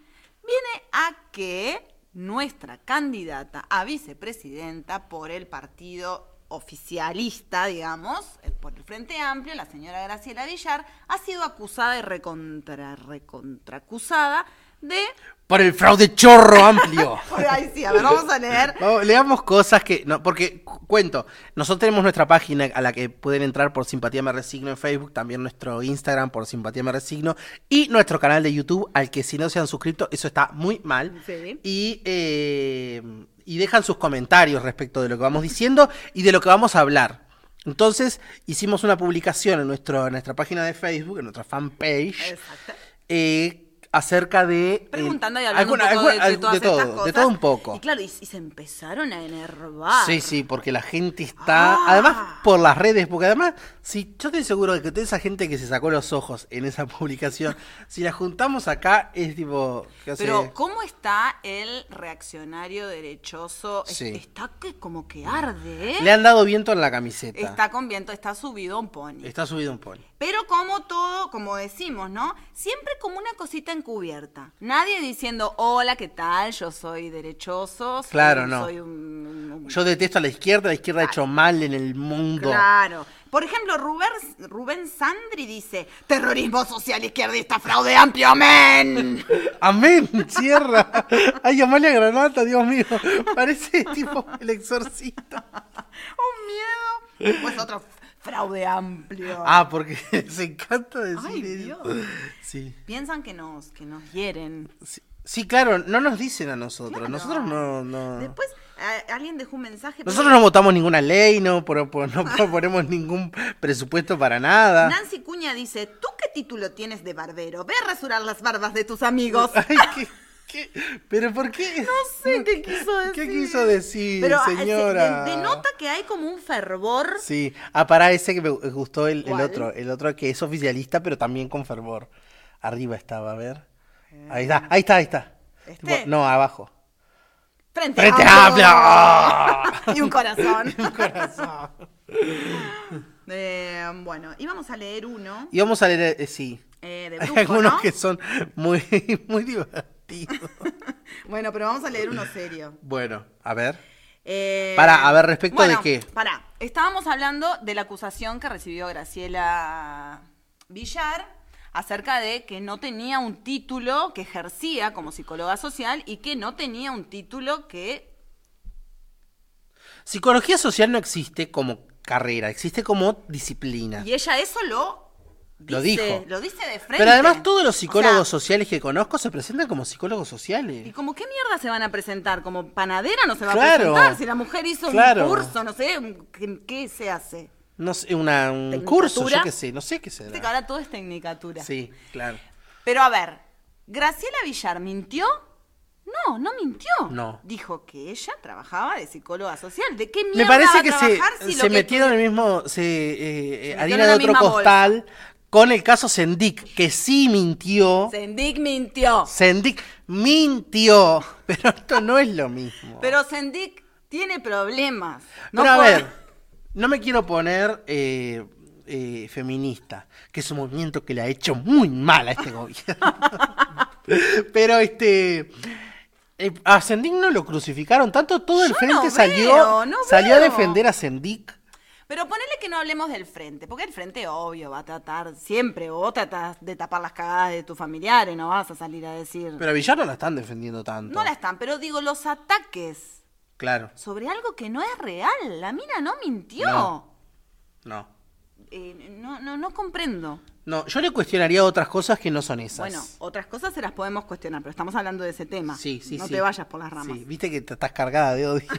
Speaker 3: Viene a que nuestra candidata a vicepresidenta por el partido oficialista, digamos, eh, por el Frente Amplio, la señora Graciela Villar, ha sido acusada y recontra, recontracusada
Speaker 2: <laughs>
Speaker 3: de...
Speaker 2: Por el fraude chorro
Speaker 3: <laughs>
Speaker 2: amplio.
Speaker 3: Ay, sí, a ver, vamos a leer.
Speaker 2: Vamos, leamos cosas que. No, porque, cu- cuento, nosotros tenemos nuestra página a la que pueden entrar por Simpatía Me Resigno en Facebook, también nuestro Instagram por Simpatía Me Resigno y nuestro canal de YouTube, al que si no se han suscrito, eso está muy mal.
Speaker 3: Sí.
Speaker 2: Y, eh, y dejan sus comentarios respecto de lo que vamos diciendo y de lo que vamos a hablar. Entonces, hicimos una publicación en, nuestro, en nuestra página de Facebook, en nuestra fanpage
Speaker 3: Exacto.
Speaker 2: eh, acerca de... eh,
Speaker 3: Preguntando y hablando
Speaker 2: alguna-
Speaker 3: un poco
Speaker 2: alguna-
Speaker 3: de, de todas
Speaker 2: de todo,
Speaker 3: estas cosas.
Speaker 2: De todo un poco.
Speaker 3: Y claro, y, y se empezaron a enervar.
Speaker 2: Sí, sí, porque la gente está...
Speaker 3: Ah.
Speaker 2: Además, por las redes, porque además, si yo estoy seguro de que toda esa gente que se sacó los ojos en esa <laughs> publicación, si la juntamos acá, es tipo... qué sé,
Speaker 3: Pero ¿cómo está el reaccionario derechoso? Es-
Speaker 2: Sí.
Speaker 3: Está que como que arde, ¿eh?
Speaker 2: Le han dado viento en la camiseta. Está,
Speaker 3: Está con viento, está subido un pony.
Speaker 2: subido un poli.
Speaker 3: Pero como todo, como decimos, ¿no? Siempre como una cosita encubierta. Nadie diciendo, hola, ¿qué tal? Yo soy derechoso. soy-
Speaker 2: Claro, no.
Speaker 3: Soy un- un- un-
Speaker 2: Yo detesto a la izquierda, la izquierda ha hecho mal en el mundo.
Speaker 3: Claro. Por ejemplo, Rubén, Rubén Sandri dice, terrorismo social izquierdista, fraude
Speaker 2: <laughs>
Speaker 3: amplio, amén.
Speaker 2: Amén, cierra. Ay, Amalia Granata, Dios mío. Parece tipo el exorcista.
Speaker 3: <laughs> un miedo. Después otro fraude amplio.
Speaker 2: Ah, porque <laughs> se encanta decir
Speaker 3: Ay,
Speaker 2: eso.
Speaker 3: Dios.
Speaker 2: Sí.
Speaker 3: Piensan que nos, que nos hieren.
Speaker 2: Sí, sí, claro, no nos dicen a nosotros.
Speaker 3: Claro.
Speaker 2: Nosotros no. no-
Speaker 3: Después a- alguien dejó un mensaje.
Speaker 2: Ah.
Speaker 3: pero-
Speaker 2: Nosotros no votamos ninguna ley, no, pro- pro-
Speaker 3: <laughs>
Speaker 2: no proponemos ningún presupuesto para nada.
Speaker 3: Nancy Cuña dice, ¿tú qué título tienes de barbero? Ve a rasurar las barbas de tus amigos.
Speaker 2: <laughs> Ay, ¿qué, qué- pero por qué?
Speaker 3: No sé qué quiso decir.
Speaker 2: ¿Qué quiso decir,
Speaker 3: Pero ah, se-
Speaker 2: señora?
Speaker 3: de- denota que hay como un fervor.
Speaker 2: Sí, ah, para ese que me gustó el, el
Speaker 3: ¿Cuál?
Speaker 2: otro, el otro que es oficialista, pero también con fervor. Arriba estaba, a ver. Ahí está, ahí está, ahí está.
Speaker 3: Eh. ¿Este?
Speaker 2: Tipo, no, abajo.
Speaker 3: Frente,
Speaker 2: ¡Frente
Speaker 3: amplio.
Speaker 2: amplio!
Speaker 3: <laughs> y
Speaker 2: <laughs>
Speaker 3: un corazón.
Speaker 2: Corazón.
Speaker 3: <laughs> Eh, bueno, y vamos a leer uno
Speaker 2: Y vamos a leer, eh, sí.
Speaker 3: eh, de
Speaker 2: Hay
Speaker 3: Brujo,
Speaker 2: algunos
Speaker 3: ¿no?
Speaker 2: que son muy, muy <laughs> divertidos.
Speaker 3: Bueno, pero vamos a leer uno serio.
Speaker 2: bueno, a ver.
Speaker 3: Eh,
Speaker 2: Pará, a ver, ¿respecto
Speaker 3: bueno,
Speaker 2: de qué?
Speaker 3: Pará, estábamos hablando de la acusación que recibió Graciela Villar acerca de que no tenía un título que ejercía como psicóloga social y que no tenía un título que...
Speaker 2: Psicología social no existe como carrera, existe como disciplina.
Speaker 3: Y ella eso lo...
Speaker 2: Lo
Speaker 3: dice,
Speaker 2: dijo.
Speaker 3: Lo dice de frente.
Speaker 2: Pero además todos los
Speaker 3: O sea,
Speaker 2: psicólogos sociales que conozco se presentan como psicólogos sociales.
Speaker 3: ¿Y como qué mierda se van a presentar? ¿Como panadera no se va a
Speaker 2: Claro.
Speaker 3: presentar? Si la mujer hizo
Speaker 2: Claro.
Speaker 3: un curso, no sé, un- ¿qué, qué se hace?
Speaker 2: No sé, una- un
Speaker 3: Tecnicatura.
Speaker 2: curso, yo qué sé, no sé qué
Speaker 3: Viste
Speaker 2: será.
Speaker 3: que ahora todo es tecnicatura.
Speaker 2: Sí, claro.
Speaker 3: Pero a ver, ¿Graciela Villar mintió? No, no mintió.
Speaker 2: No.
Speaker 3: Dijo que ella trabajaba de psicóloga social. ¿De qué mierda
Speaker 2: Me parece
Speaker 3: va
Speaker 2: que
Speaker 3: a
Speaker 2: se,
Speaker 3: trabajar si
Speaker 2: se
Speaker 3: lo que
Speaker 2: metieron en el mismo, se, eh, eh,
Speaker 3: metieron
Speaker 2: harina
Speaker 3: en
Speaker 2: de
Speaker 3: la
Speaker 2: otro
Speaker 3: misma bolsa.
Speaker 2: costal con el caso Sendik, que sí mintió.
Speaker 3: Sendik mintió.
Speaker 2: Sendik mintió, <laughs> pero esto no es lo mismo.
Speaker 3: Pero Sendik tiene problemas. No
Speaker 2: Pero a
Speaker 3: puede- <laughs>
Speaker 2: ver, no me quiero poner eh, eh, feminista, que es un movimiento que le ha hecho muy mal a este gobierno. <laughs> Pero este. eh, a Sendik no lo crucificaron tanto, todo el
Speaker 3: Yo
Speaker 2: frente
Speaker 3: no
Speaker 2: salió,
Speaker 3: veo, no
Speaker 2: salió a
Speaker 3: veo.
Speaker 2: defender a Sendik.
Speaker 3: Pero ponele que no hablemos del frente, porque el frente, obvio, va a tratar siempre, vos tratás de tapar las cagadas de tus familiares, no vas a salir a decir.
Speaker 2: Pero a Villar no la están defendiendo tanto.
Speaker 3: no la están, pero digo, los ataques
Speaker 2: Claro,
Speaker 3: sobre algo que no es real. La mina no mintió.
Speaker 2: No. no.
Speaker 3: Eh, no, no, no comprendo.
Speaker 2: No, yo le cuestionaría otras cosas que no son esas.
Speaker 3: Bueno, otras cosas se las podemos cuestionar, pero estamos hablando de ese tema.
Speaker 2: sí, sí,
Speaker 3: no
Speaker 2: sí.
Speaker 3: te vayas por las ramas.
Speaker 2: Sí, viste que te estás cargada de odio. <laughs>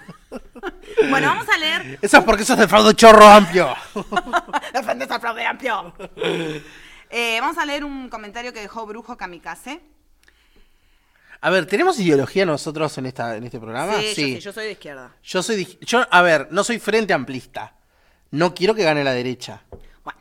Speaker 3: Bueno, vamos a leer.
Speaker 2: Eso es porque sos de fraude chorro amplio.
Speaker 3: Defendes al fraude amplio. Eh, vamos a leer un comentario que dejó Brujo Kamikaze.
Speaker 2: A ver, ¿tenemos ideología nosotros en, esta, en este programa?
Speaker 3: Sí, yo sí, yo soy de izquierda.
Speaker 2: Yo soy. dij- Yo, a ver, no soy frente amplista. No quiero que gane la derecha.
Speaker 3: Bueno,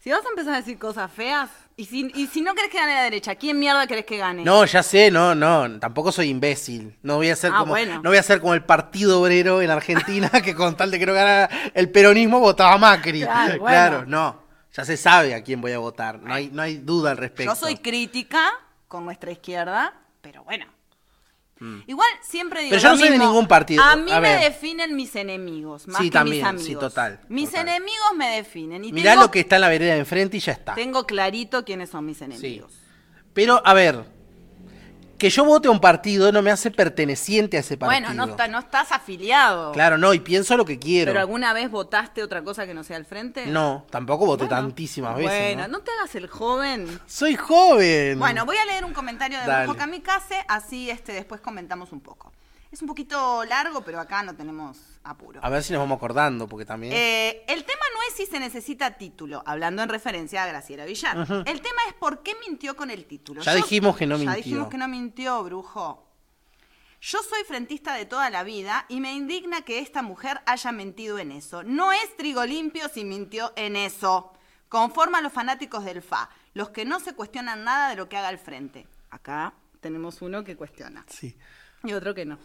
Speaker 3: si vas a empezar a decir cosas feas, y si, y si no querés que gane la derecha, ¿quién mierda querés que gane?
Speaker 2: No, ya sé, no, no. Tampoco soy imbécil. No voy a ser
Speaker 3: Ah,
Speaker 2: como.
Speaker 3: bueno.
Speaker 2: No voy a ser como el partido obrero en Argentina <laughs> que con tal de que no ganara el peronismo votaba a Macri.
Speaker 3: Claro,
Speaker 2: Claro,
Speaker 3: bueno.
Speaker 2: no. Ya se sabe a quién voy a votar. No hay, no hay duda al respecto.
Speaker 3: Yo soy crítica con nuestra izquierda, pero bueno. Igual siempre digo.
Speaker 2: Mm. Pero yo
Speaker 3: lo
Speaker 2: no soy de
Speaker 3: mismo.
Speaker 2: ningún partido.
Speaker 3: A mí
Speaker 2: A
Speaker 3: me
Speaker 2: ver.
Speaker 3: definen mis enemigos, más
Speaker 2: Sí,
Speaker 3: que
Speaker 2: también,
Speaker 3: mis amigos.
Speaker 2: sí, total,
Speaker 3: Mis
Speaker 2: total.
Speaker 3: enemigos me definen. Y
Speaker 2: Mirá
Speaker 3: tengo,
Speaker 2: lo que está en la vereda de enfrente y ya está.
Speaker 3: Tengo clarito quiénes son mis enemigos.
Speaker 2: Pero, a ver, que yo vote a un partido no me hace perteneciente a ese partido.
Speaker 3: Bueno, no, está- no estás afiliado.
Speaker 2: Claro, no, y pienso lo que quiero.
Speaker 3: Pero alguna vez votaste otra cosa que no sea el frente.
Speaker 2: No, tampoco voté
Speaker 3: Bueno.
Speaker 2: tantísimas veces.
Speaker 3: Bueno,
Speaker 2: ¿no?
Speaker 3: no te hagas el joven.
Speaker 2: Soy joven.
Speaker 3: Bueno, voy a leer un comentario de
Speaker 2: Dale.
Speaker 3: Brujo Kamikaze, así este, después comentamos un poco. Es un poquito largo, pero acá no tenemos apuro.
Speaker 2: A ver si nos vamos acordando, porque también.
Speaker 3: Eh, el tema no es si se necesita título, hablando en referencia a Graciela Villar. El tema es por qué mintió con el título.
Speaker 2: Ya dijimos que no
Speaker 3: Ya
Speaker 2: mintió.
Speaker 3: dijimos que no mintió, brujo. Yo soy frentista de toda la vida y me indigna que esta mujer haya mentido en eso. No es trigo limpio si mintió en eso. Conforma a los fanáticos del FA, los que no se cuestionan nada de lo que haga el frente. Acá tenemos uno que cuestiona.
Speaker 2: Sí.
Speaker 3: Y otro
Speaker 2: <laughs>
Speaker 3: que no.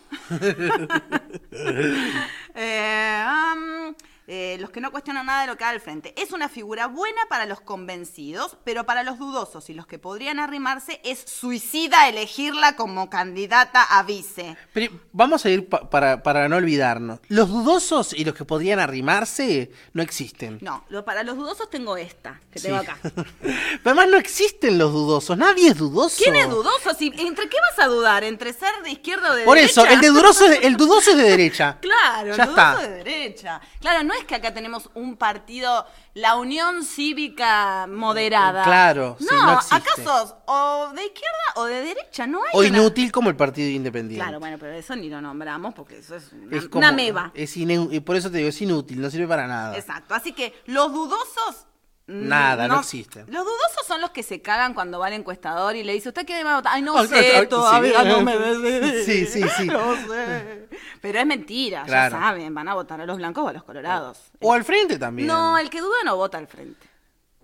Speaker 3: Eh, am, eh, los que no cuestionan nada de lo que da al frente. Es una figura buena para los convencidos, pero para los dudosos y los que podrían arrimarse es suicida elegirla como candidata a vice.
Speaker 2: Pero vamos a ir pa- para, para no olvidarnos. Los dudosos y los que podrían arrimarse no existen.
Speaker 3: No, lo- para los dudosos tengo esta, que tengo
Speaker 2: Sí. <laughs>
Speaker 3: acá.
Speaker 2: Pero Además no existen los dudosos. Nadie es dudoso.
Speaker 3: ¿Quién es dudoso? Si- ¿Entre qué vas a dudar? ¿Entre ser de izquierda o de
Speaker 2: Por
Speaker 3: derecha?
Speaker 2: eso, el, de dudoso es, el dudoso es de derecha.
Speaker 3: <laughs> Claro,
Speaker 2: ya
Speaker 3: el
Speaker 2: está.
Speaker 3: dudoso de derecha. Claro, no es que acá tenemos un partido, la Unión Cívica Moderada.
Speaker 2: Claro, sí, no existe.
Speaker 3: acá sos o de izquierda o de derecha, no hay
Speaker 2: O
Speaker 3: una-
Speaker 2: inútil como el partido independiente.
Speaker 3: Claro, bueno, pero eso ni lo nombramos porque eso es una,
Speaker 2: Es
Speaker 3: una
Speaker 2: como-
Speaker 3: meba.
Speaker 2: es ine- y por eso te digo, es inútil, no sirve para nada.
Speaker 3: Exacto, así que los dudosos... mm,
Speaker 2: Nada, no existen.
Speaker 3: Los dudosos son los que se cagan cuando va el encuestador y le dice, ¿usted quiere votar? Ay,
Speaker 2: <laughs>
Speaker 3: no
Speaker 2: Ay, ay,
Speaker 3: sé,
Speaker 2: ay,
Speaker 3: todavía
Speaker 2: sí.
Speaker 3: no me decidí".
Speaker 2: <laughs> Sí, sí, sí.
Speaker 3: <laughs> No sé. Pero es mentira,
Speaker 2: Claro.
Speaker 3: ya saben, van a votar a los blancos o a los colorados.
Speaker 2: O al frente también.
Speaker 3: No, el que duda no vota al frente.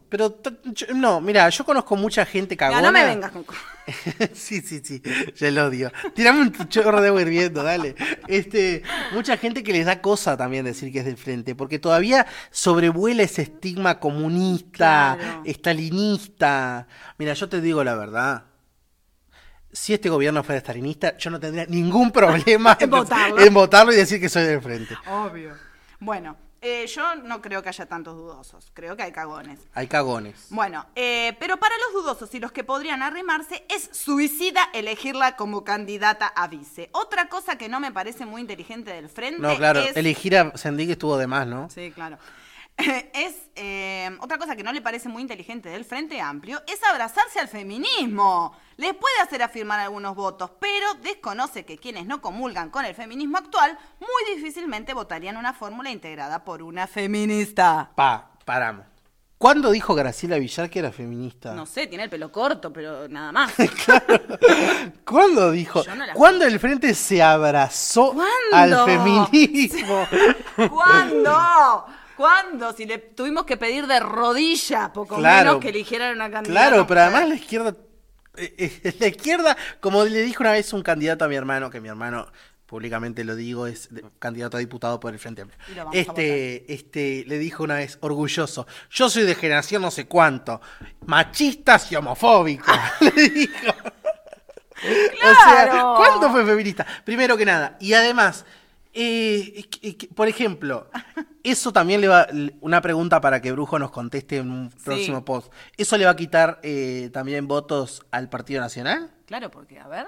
Speaker 2: Pero t- yo- no, mira, yo conozco mucha gente
Speaker 3: No,
Speaker 2: cagona.
Speaker 3: no me vengas con.
Speaker 2: <laughs> sí, sí, sí, ya lo odio. Tirame un chorro de agua hirviendo, dale. Este, mucha gente que les da cosa también decir que es del frente, porque todavía sobrevuela ese estigma comunista,
Speaker 3: Claro.
Speaker 2: estalinista. Mira, yo te digo la verdad. Si este gobierno fuera estalinista, yo no tendría ningún problema
Speaker 3: <laughs> En votarlo.
Speaker 2: en votarlo y decir que soy del frente.
Speaker 3: Obvio. Bueno, eh, yo no creo que haya tantos dudosos. Creo que hay cagones.
Speaker 2: Hay cagones.
Speaker 3: Bueno, eh, pero para los dudosos y los que podrían arrimarse, es suicida elegirla como candidata a vice. Otra cosa que no me parece muy inteligente del frente
Speaker 2: No, claro,
Speaker 3: es...
Speaker 2: elegir a Sendik estuvo de más, ¿no?
Speaker 3: Sí, claro. <laughs> Es eh, otra cosa que no le parece muy inteligente del Frente Amplio es abrazarse al feminismo. Les puede hacer afirmar algunos votos, pero desconoce que quienes no comulgan con el feminismo actual muy difícilmente votarían una fórmula integrada por una feminista.
Speaker 2: Pa, paramos. ¿Cuándo dijo Graciela Villar que era feminista?
Speaker 3: No sé, tiene el pelo corto, pero
Speaker 2: <laughs>
Speaker 3: nada más.
Speaker 2: ¿Cuándo dijo?
Speaker 3: Yo no la
Speaker 2: ¿Cuándo el frente se abrazó al
Speaker 3: ¿Cuándo? <laughs>
Speaker 2: feminismo?
Speaker 3: ¿Cuándo? ¿Cuándo? Si le tuvimos que pedir de rodilla, poco
Speaker 2: Claro.
Speaker 3: menos que eligieran una candidata. pues.
Speaker 2: claro, pero
Speaker 3: mujer.
Speaker 2: además la izquierda, eh, <laughs> eh, la izquierda, como le dijo una vez un candidato a mi hermano, que mi hermano públicamente lo digo, es de- candidato a diputado por el Frente Amplio.
Speaker 3: Y lo vamos a
Speaker 2: Este, este, le dijo una vez, orgulloso, yo soy de generación no sé cuánto, machistas y homofóbicos, <laughs> le
Speaker 3: <laughs>
Speaker 2: dijo.
Speaker 3: ¡Claro!
Speaker 2: O sea, ¿cuándo fue feminista? Primero que nada. Y además, eh, es que- es que, por <laughs> ejemplo, eso también le va. l- Una pregunta para que Brujo nos conteste en un próximo post. ¿Eso le va a quitar eh, también votos al Partido Nacional?
Speaker 3: Claro, porque, a ver.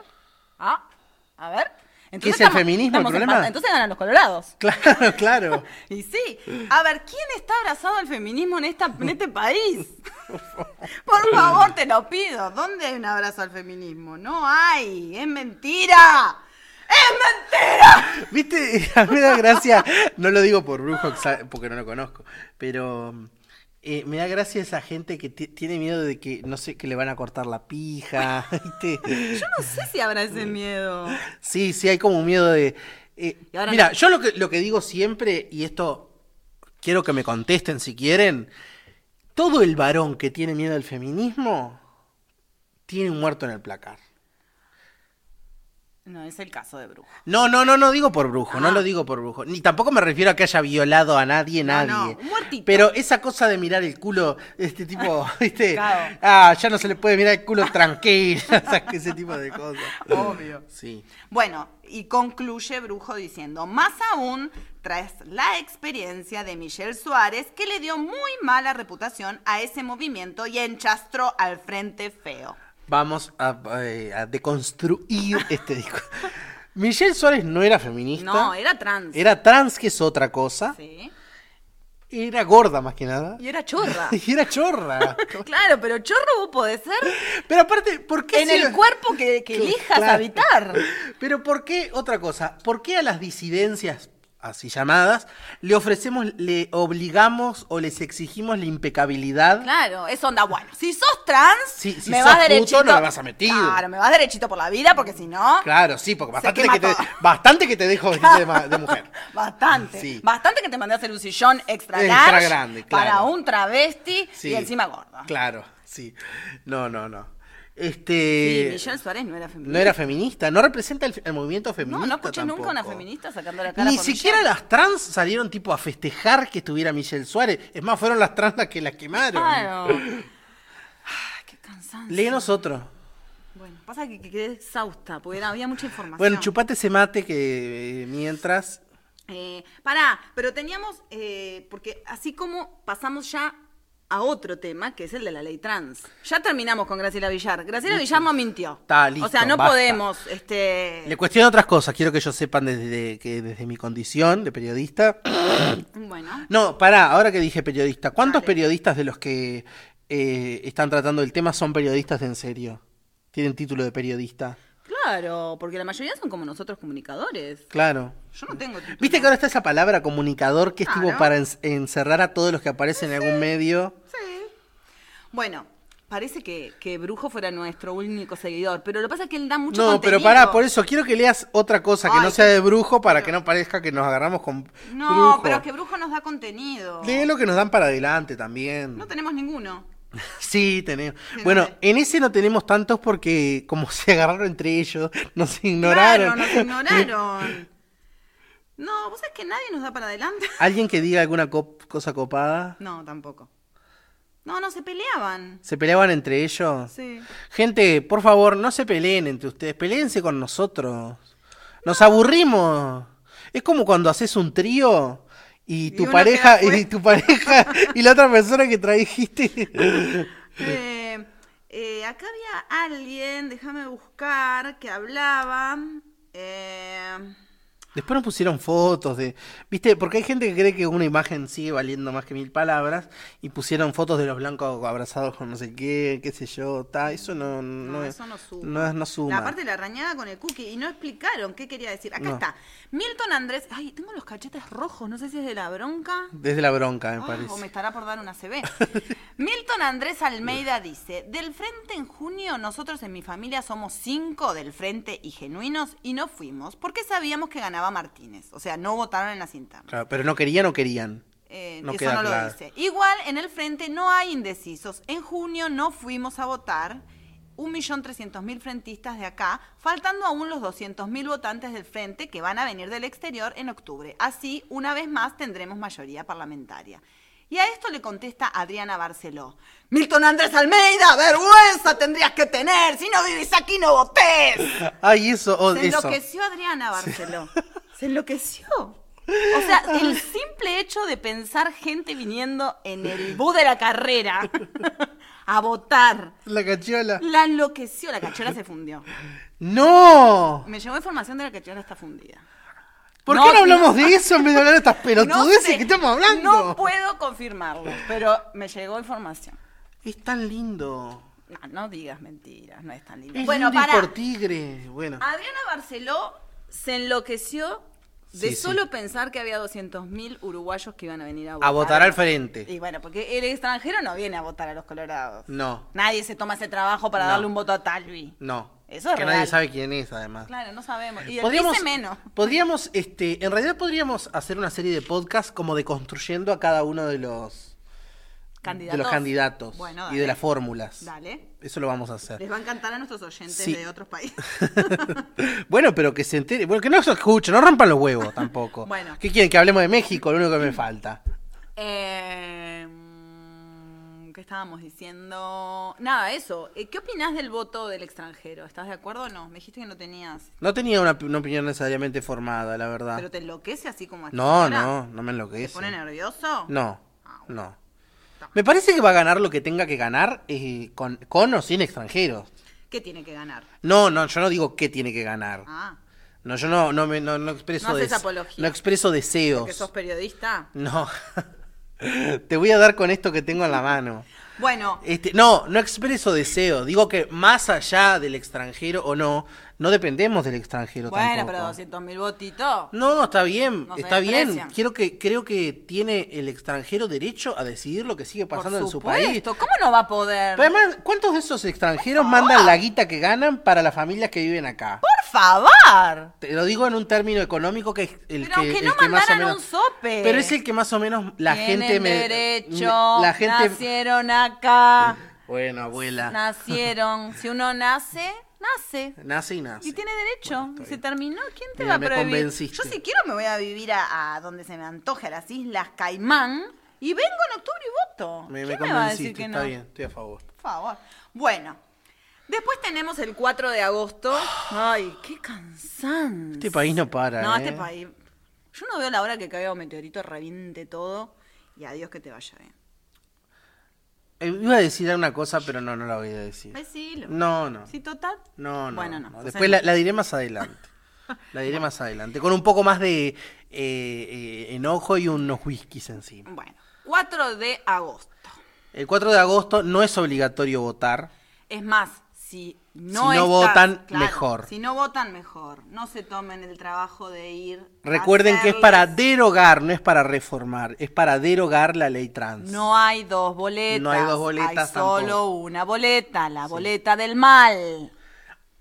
Speaker 3: Ah, a ver.
Speaker 2: ¿Qué es el feminismo el
Speaker 3: estamos en
Speaker 2: problema?
Speaker 3: pa- Entonces ganan
Speaker 2: <laughs>
Speaker 3: los colorados.
Speaker 2: <laughs> Claro, claro.
Speaker 3: Y sí. A ver, ¿quién está abrazado al feminismo en, esta, en este país?
Speaker 2: <laughs>
Speaker 3: Por favor, te lo pido. ¿Dónde hay un abrazo al feminismo? No hay. Es mentira. ¡Es mentira!
Speaker 2: ¿Viste? <laughs> A mí me da gracia. No lo digo por Brujo exa- porque no lo conozco, pero. eh, me da gracia esa gente que ti- tiene miedo de que, no sé, que le van a cortar la pija, <laughs> ¿viste?
Speaker 3: Yo no sé si habrá ese miedo.
Speaker 2: <laughs> Sí, sí, hay como un miedo de. eh,
Speaker 3: Y ahora
Speaker 2: mira,
Speaker 3: no.
Speaker 2: yo lo que, lo que digo siempre, y esto quiero que me contesten si quieren. Todo el varón que tiene miedo al feminismo tiene un muerto en el placar.
Speaker 3: No es el caso de Brujo.
Speaker 2: <laughs> No, no, no, no digo por brujo,
Speaker 3: Ah.
Speaker 2: no lo digo por brujo. Ni tampoco me refiero a que haya violado a nadie,
Speaker 3: No,
Speaker 2: nadie.
Speaker 3: no, un muertito.
Speaker 2: Pero esa cosa de mirar el culo, este
Speaker 3: <laughs>
Speaker 2: tipo, ¿viste?
Speaker 3: Claro.
Speaker 2: Ah, ya no se le puede mirar el culo tranquilo, <laughs> ¿sabes? ese tipo de cosas.
Speaker 3: Obvio.
Speaker 2: Sí.
Speaker 3: Bueno, y concluye Brujo diciendo, más aún tras la experiencia de Michelle Suárez, que le dio muy mala reputación a ese movimiento y enchastró al frente feo.
Speaker 2: Vamos a, eh, a deconstruir <laughs> este disco. Michelle Suárez no era feminista.
Speaker 3: No, era trans.
Speaker 2: Era trans, que es otra cosa.
Speaker 3: Sí.
Speaker 2: Era gorda más que nada.
Speaker 3: Y era chorra.
Speaker 2: <laughs> Y era chorra.
Speaker 3: <laughs> claro, pero chorro vos podés ser
Speaker 2: Pero aparte, ¿por qué?
Speaker 3: en
Speaker 2: se-
Speaker 3: el cuerpo que, que elijas
Speaker 2: Claro.
Speaker 3: habitar.
Speaker 2: Pero ¿por qué? Otra cosa. ¿Por qué a las disidencias, así llamadas, le ofrecemos, le obligamos o les exigimos la impecabilidad?
Speaker 3: Claro, es onda, bueno, si sos trans,
Speaker 2: Sí, si
Speaker 3: me
Speaker 2: sos
Speaker 3: vas
Speaker 2: puto,
Speaker 3: derechito.
Speaker 2: no la vas a meter.
Speaker 3: Claro, me vas derechito por la vida, porque si no,
Speaker 2: Claro, sí, porque bastante
Speaker 3: quema
Speaker 2: que, te,
Speaker 3: todo.
Speaker 2: bastante que te dejo vestirte de, ma- de mujer.
Speaker 3: bastante.
Speaker 2: Sí.
Speaker 3: Bastante que te mandé a hacer un sillón extra,
Speaker 2: Extra
Speaker 3: large
Speaker 2: grande,
Speaker 3: para
Speaker 2: claro.
Speaker 3: un travesti
Speaker 2: Sí.
Speaker 3: y encima gorda.
Speaker 2: Claro, sí. No, no, no.
Speaker 3: Sí,
Speaker 2: Este.
Speaker 3: Michelle Suárez no era feminista.
Speaker 2: no era feminista, no representa el, el movimiento
Speaker 3: No,
Speaker 2: feminista.
Speaker 3: no escuché nunca a una
Speaker 2: tampoco.
Speaker 3: feminista sacando la cara
Speaker 2: Ni
Speaker 3: por
Speaker 2: siquiera
Speaker 3: Michelle.
Speaker 2: las trans salieron tipo a festejar que estuviera Michelle Suárez. Es más, fueron las trans las que la quemaron.
Speaker 3: Claro.
Speaker 2: <laughs>
Speaker 3: Ay, qué cansancio.
Speaker 2: Léenos otro.
Speaker 3: Bueno, pasa que, que quedé exhausta, porque era- había mucha información.
Speaker 2: Bueno, chupate ese mate que eh, mientras.
Speaker 3: Eh, pará, pero teníamos, eh, porque así como pasamos ya a otro tema, que es el de la ley trans. Ya terminamos con Graciela Villar. Graciela Villar no mintió.
Speaker 2: Está, listo,
Speaker 3: o sea, no
Speaker 2: basta.
Speaker 3: podemos, este...
Speaker 2: Le cuestiono otras cosas, quiero que ellos sepan desde que desde mi condición de periodista.
Speaker 3: Bueno,
Speaker 2: No, pará, ahora que dije periodista, ¿cuántos
Speaker 3: Dale.
Speaker 2: periodistas de los que eh, están tratando el tema son periodistas de en serio? Tienen título de periodista.
Speaker 3: claro, porque la mayoría son como nosotros comunicadores.
Speaker 2: Claro.
Speaker 3: Yo no tengo título.
Speaker 2: ¿Viste que ahora está esa palabra comunicador que estuvo
Speaker 3: Claro.
Speaker 2: para ens- encerrar a todos los que aparecen en algún medio?
Speaker 3: Sí. Bueno, parece que, que Brujo fuera nuestro único seguidor, pero lo que pasa es que él da mucho
Speaker 2: no,
Speaker 3: contenido.
Speaker 2: pero pará, por eso quiero que leas otra cosa que
Speaker 3: Ay,
Speaker 2: no sea
Speaker 3: qué-
Speaker 2: de brujo para que no parezca que nos agarramos con
Speaker 3: No,
Speaker 2: brujo.
Speaker 3: pero que Brujo nos da contenido.
Speaker 2: Lee lo que nos dan para adelante también.
Speaker 3: No tenemos ninguno.
Speaker 2: Sí, tenemos.
Speaker 3: Tenés.
Speaker 2: Bueno, en ese no tenemos tantos porque como <laughs> se agarraron entre ellos, nos ignoraron.
Speaker 3: Claro,
Speaker 2: <laughs>
Speaker 3: nos ignoraron. No, vos sabés que nadie nos da para adelante. <laughs>
Speaker 2: ¿Alguien que diga alguna cop- cosa copada?
Speaker 3: No, tampoco. No, no, se peleaban.
Speaker 2: ¿Se peleaban entre ellos?
Speaker 3: Sí.
Speaker 2: Gente, por favor, no se peleen entre ustedes, peleense con nosotros. Nos aburrimos. Es como cuando haces un trío y tu
Speaker 3: uno
Speaker 2: pareja <laughs>
Speaker 3: queda
Speaker 2: y tu pareja y la otra persona que trajiste.
Speaker 3: Eh, eh, acá había alguien, déjame buscar, que hablaba. eh,
Speaker 2: Después nos pusieron fotos de. ¿Viste? Porque hay gente que cree que una imagen sigue valiendo más que mil palabras y pusieron fotos de los blancos abrazados con no sé qué, qué sé yo, ta. Eso no.
Speaker 3: no,
Speaker 2: no,
Speaker 3: eso no suma.
Speaker 2: No, es- no suma.
Speaker 3: La parte de la rañada con el cookie. Y no explicaron qué quería decir. Acá
Speaker 2: No.
Speaker 3: está. Milton Andrés. Ay, tengo los cachetes rojos. No sé si es de la bronca.
Speaker 2: Desde la bronca, me
Speaker 3: Ah,
Speaker 2: parece.
Speaker 3: o me estará por dar
Speaker 2: <laughs>
Speaker 3: una CB. Milton Andrés Almeida dice, del frente en junio nosotros en mi familia somos cinco del frente y genuinos y no fuimos porque sabíamos que ganaba Martínez. O sea, no votaron en las internas.
Speaker 2: Claro, pero no querían o querían.
Speaker 3: Eh,
Speaker 2: No
Speaker 3: eso
Speaker 2: queda
Speaker 3: no lo
Speaker 2: claro.
Speaker 3: dice. Igual en el frente no hay indecisos. En junio no fuimos a votar. 1.300.000 frentistas de acá, faltando aún los 200.000 votantes del frente que van a venir del exterior en octubre. Así, una vez más, tendremos mayoría parlamentaria. Y a esto le contesta Adriana Barceló. Milton Andrés Almeida, vergüenza tendrías que tener. Si no vivís aquí, no votés.
Speaker 2: Ay, eso, <laughs> oh,
Speaker 3: Se
Speaker 2: eso.
Speaker 3: enloqueció Adriana Barceló.
Speaker 2: <laughs>
Speaker 3: Se enloqueció. O sea, el simple hecho de pensar gente viniendo
Speaker 2: <laughs>
Speaker 3: en el bus de la carrera a votar,
Speaker 2: La cachiola.
Speaker 3: la enloqueció. La cachola se fundió.
Speaker 2: ¡No!
Speaker 3: Me llegó información de la cachola está fundida.
Speaker 2: ¿Por
Speaker 3: No,
Speaker 2: qué no hablamos
Speaker 3: <laughs> no.
Speaker 2: de eso en vez de hablar de estas pelotudeces
Speaker 3: sé,
Speaker 2: que estamos hablando?
Speaker 3: No puedo confirmarlo, pero me llegó información.
Speaker 2: Es tan lindo.
Speaker 3: No, no digas mentiras, no es tan lindo.
Speaker 2: Es
Speaker 3: bueno, Ah,
Speaker 2: lindo y
Speaker 3: para
Speaker 2: por tigre. Bueno.
Speaker 3: Adriana Barceló se enloqueció de
Speaker 2: Sí, sí.
Speaker 3: solo pensar que había 200.000 uruguayos que iban a venir a votar.
Speaker 2: a votar al frente.
Speaker 3: Y bueno, porque el extranjero no viene a votar a los colorados.
Speaker 2: No.
Speaker 3: Nadie se toma ese trabajo para
Speaker 2: No.
Speaker 3: darle un voto a Talvi.
Speaker 2: No.
Speaker 3: Eso es
Speaker 2: que nadie
Speaker 3: real.
Speaker 2: sabe quién es, además.
Speaker 3: Claro, no sabemos. Y el
Speaker 2: Podríamos,
Speaker 3: PICE menos. <laughs>
Speaker 2: podríamos, este, en realidad podríamos hacer una serie de podcasts como deconstruyendo a cada uno de los
Speaker 3: Candidatos.
Speaker 2: de los candidatos
Speaker 3: Bueno,
Speaker 2: y
Speaker 3: dale.
Speaker 2: de las fórmulas.
Speaker 3: Dale.
Speaker 2: Eso lo vamos a hacer.
Speaker 3: Les va a encantar a nuestros oyentes
Speaker 2: Sí.
Speaker 3: de otros
Speaker 2: <laughs>
Speaker 3: países.
Speaker 2: bueno, pero que se entere, bueno, que no se escuche, no rompan los huevos tampoco.
Speaker 3: Bueno.
Speaker 2: ¿Qué quieren? Que hablemos de México, lo único que me falta.
Speaker 3: Eh, mm, ¿Qué estábamos diciendo? Nada, eso. Eh, ¿Qué opinás del voto del extranjero? ¿Estás de acuerdo o no? Me dijiste que no tenías.
Speaker 2: No tenía una, una opinión necesariamente formada, la verdad.
Speaker 3: ¿Pero te enloquece así como a esta
Speaker 2: no,
Speaker 3: hora?
Speaker 2: no, no me
Speaker 3: ¿Te
Speaker 2: enloquece.
Speaker 3: pone nervioso?
Speaker 2: No,
Speaker 3: Ah, bueno.
Speaker 2: no. Me parece que va a ganar lo que tenga que ganar eh, con, con o sin extranjeros.
Speaker 3: ¿Qué tiene que ganar?
Speaker 2: No, no, yo no digo qué tiene que ganar.
Speaker 3: Ah,
Speaker 2: No, yo no, no, me- no, no expreso
Speaker 3: No haces
Speaker 2: des-
Speaker 3: apología.
Speaker 2: No expreso deseos.
Speaker 3: porque sos periodista.
Speaker 2: No. <laughs> Te voy a dar con esto que tengo en la mano.
Speaker 3: Bueno,
Speaker 2: Este, no, no expreso deseo. Digo que más allá del extranjero o no, no dependemos del extranjero
Speaker 3: bueno,
Speaker 2: tampoco.
Speaker 3: pero 200 mil votitos.
Speaker 2: No, está bien,
Speaker 3: No se
Speaker 2: está bien.
Speaker 3: desprecian.
Speaker 2: Quiero que, creo que tiene el extranjero derecho a decidir lo que sigue pasando
Speaker 3: Por
Speaker 2: en su país.
Speaker 3: supuesto, ¿Cómo no va a poder?
Speaker 2: Pero además, ¿cuántos de esos extranjeros mandan la guita que ganan para las familias que viven acá?
Speaker 3: Por favor.
Speaker 2: Te lo digo en un término económico que es el
Speaker 3: Pero
Speaker 2: que,
Speaker 3: aunque no
Speaker 2: el que más o
Speaker 3: mandaran
Speaker 2: menos-
Speaker 3: un sope.
Speaker 2: Pero es el que más o menos la
Speaker 3: Tienen
Speaker 2: gente me
Speaker 3: derecho.
Speaker 2: me- la gente Ah.
Speaker 3: Nacieron acá.
Speaker 2: Bueno, abuela.
Speaker 3: Nacieron. Si uno nace, nace.
Speaker 2: nace y nace.
Speaker 3: Y tiene derecho. Y se terminó. ¿Quién te
Speaker 2: Mira,
Speaker 3: va a
Speaker 2: me
Speaker 3: prohibir?
Speaker 2: convenciste.
Speaker 3: Yo si quiero me voy a vivir a, a donde se me antoje, a las Islas Caimán. Y vengo en octubre y voto.
Speaker 2: Me, me
Speaker 3: ¿Quién me va a decir
Speaker 2: convenciste,
Speaker 3: que no?
Speaker 2: está bien, estoy a favor.
Speaker 3: Por favor. Bueno. Después tenemos el 4 de agosto. Ay, qué cansancio.
Speaker 2: Este país no para,
Speaker 3: No,
Speaker 2: ¿eh?
Speaker 3: este país. Yo no veo la hora que caiga un meteorito, reviente todo y adiós que te vaya bien.
Speaker 2: Eh, Iba a decir una cosa, pero no, no la voy a decir.
Speaker 3: Decilo.
Speaker 2: No, no.
Speaker 3: Sí, total.
Speaker 2: No, no.
Speaker 3: Bueno, no.
Speaker 2: no.
Speaker 3: o sea,
Speaker 2: Después la, la diré más
Speaker 3: <laughs>
Speaker 2: adelante. La diré más adelante. Con un poco más de eh, eh, enojo y unos whiskies encima.
Speaker 3: Bueno, 4 de agosto.
Speaker 2: El 4 de agosto no es obligatorio votar.
Speaker 3: Es más, si no,
Speaker 2: Si no
Speaker 3: estás-
Speaker 2: votan, mejor.
Speaker 3: Si no votan, mejor. No se tomen el trabajo de ir. a
Speaker 2: Recuerden que es para
Speaker 3: hacerles-
Speaker 2: derogar, no es para reformar. Es para derogar la ley trans.
Speaker 3: No hay dos boletas.
Speaker 2: No hay dos boletas
Speaker 3: Hay solo
Speaker 2: tampoco.
Speaker 3: una boleta, la boleta del mal.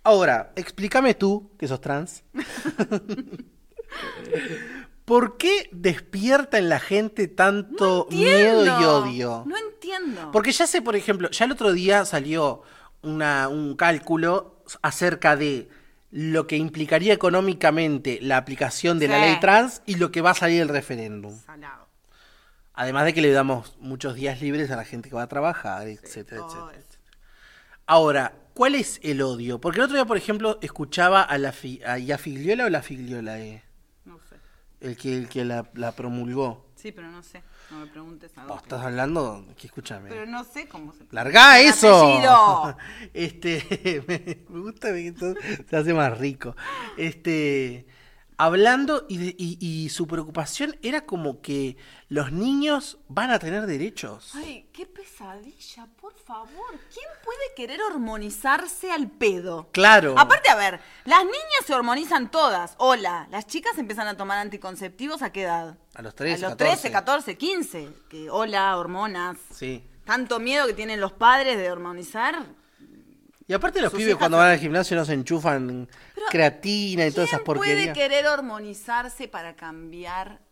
Speaker 2: Ahora, explícame tú, que sos
Speaker 3: <laughs>
Speaker 2: trans. ¿Por qué despierta en la gente tanto miedo y
Speaker 3: Entiendo.
Speaker 2: odio?
Speaker 3: No entiendo.
Speaker 2: Porque ya sé, por ejemplo, ya el otro día salió una- un cálculo acerca de lo que implicaría económicamente la aplicación de la
Speaker 3: Sí.
Speaker 2: ley trans y lo que va a salir del referéndum.
Speaker 3: Salado.
Speaker 2: Además de que le damos muchos días libres a la gente que va a trabajar, etcétera,
Speaker 3: Todo
Speaker 2: etcétera.
Speaker 3: eso.
Speaker 2: Ahora, ¿cuál es el odio? Porque el otro día, por ejemplo, escuchaba a la fi- a, ¿y a Figliola o la Figliola, eh?
Speaker 3: No sé.
Speaker 2: el que, el que la, la promulgó.
Speaker 3: Sí, pero no sé. No me preguntes algo.
Speaker 2: Vos
Speaker 3: que-
Speaker 2: estás hablando, que escúchame.
Speaker 3: Pero no sé cómo se.
Speaker 2: ¡Largá
Speaker 3: El
Speaker 2: eso!
Speaker 3: apellido.
Speaker 2: <laughs> Este, <laughs> me, me gusta que esto se hace más rico. Este, hablando y, de- y- y su preocupación era como que los niños van a tener derechos.
Speaker 3: Ay, qué pesadilla, por favor. ¿Quién puede querer hormonizarse al pedo?
Speaker 2: Claro.
Speaker 3: Aparte, a ver, las niñas se hormonizan todas. Hola, las chicas empiezan a tomar anticonceptivos a qué edad?
Speaker 2: A los 13,
Speaker 3: A los 13,
Speaker 2: 14.
Speaker 3: 14, 15. Que, hola, hormonas.
Speaker 2: Sí.
Speaker 3: Tanto miedo que tienen los padres de hormonizar.
Speaker 2: Y aparte los
Speaker 3: Sus
Speaker 2: pibes
Speaker 3: hijas-
Speaker 2: cuando van al gimnasio no se enchufan creatina y todas esas
Speaker 3: ¿Quién puede
Speaker 2: porquerías.
Speaker 3: querer hormonizarse para cambiar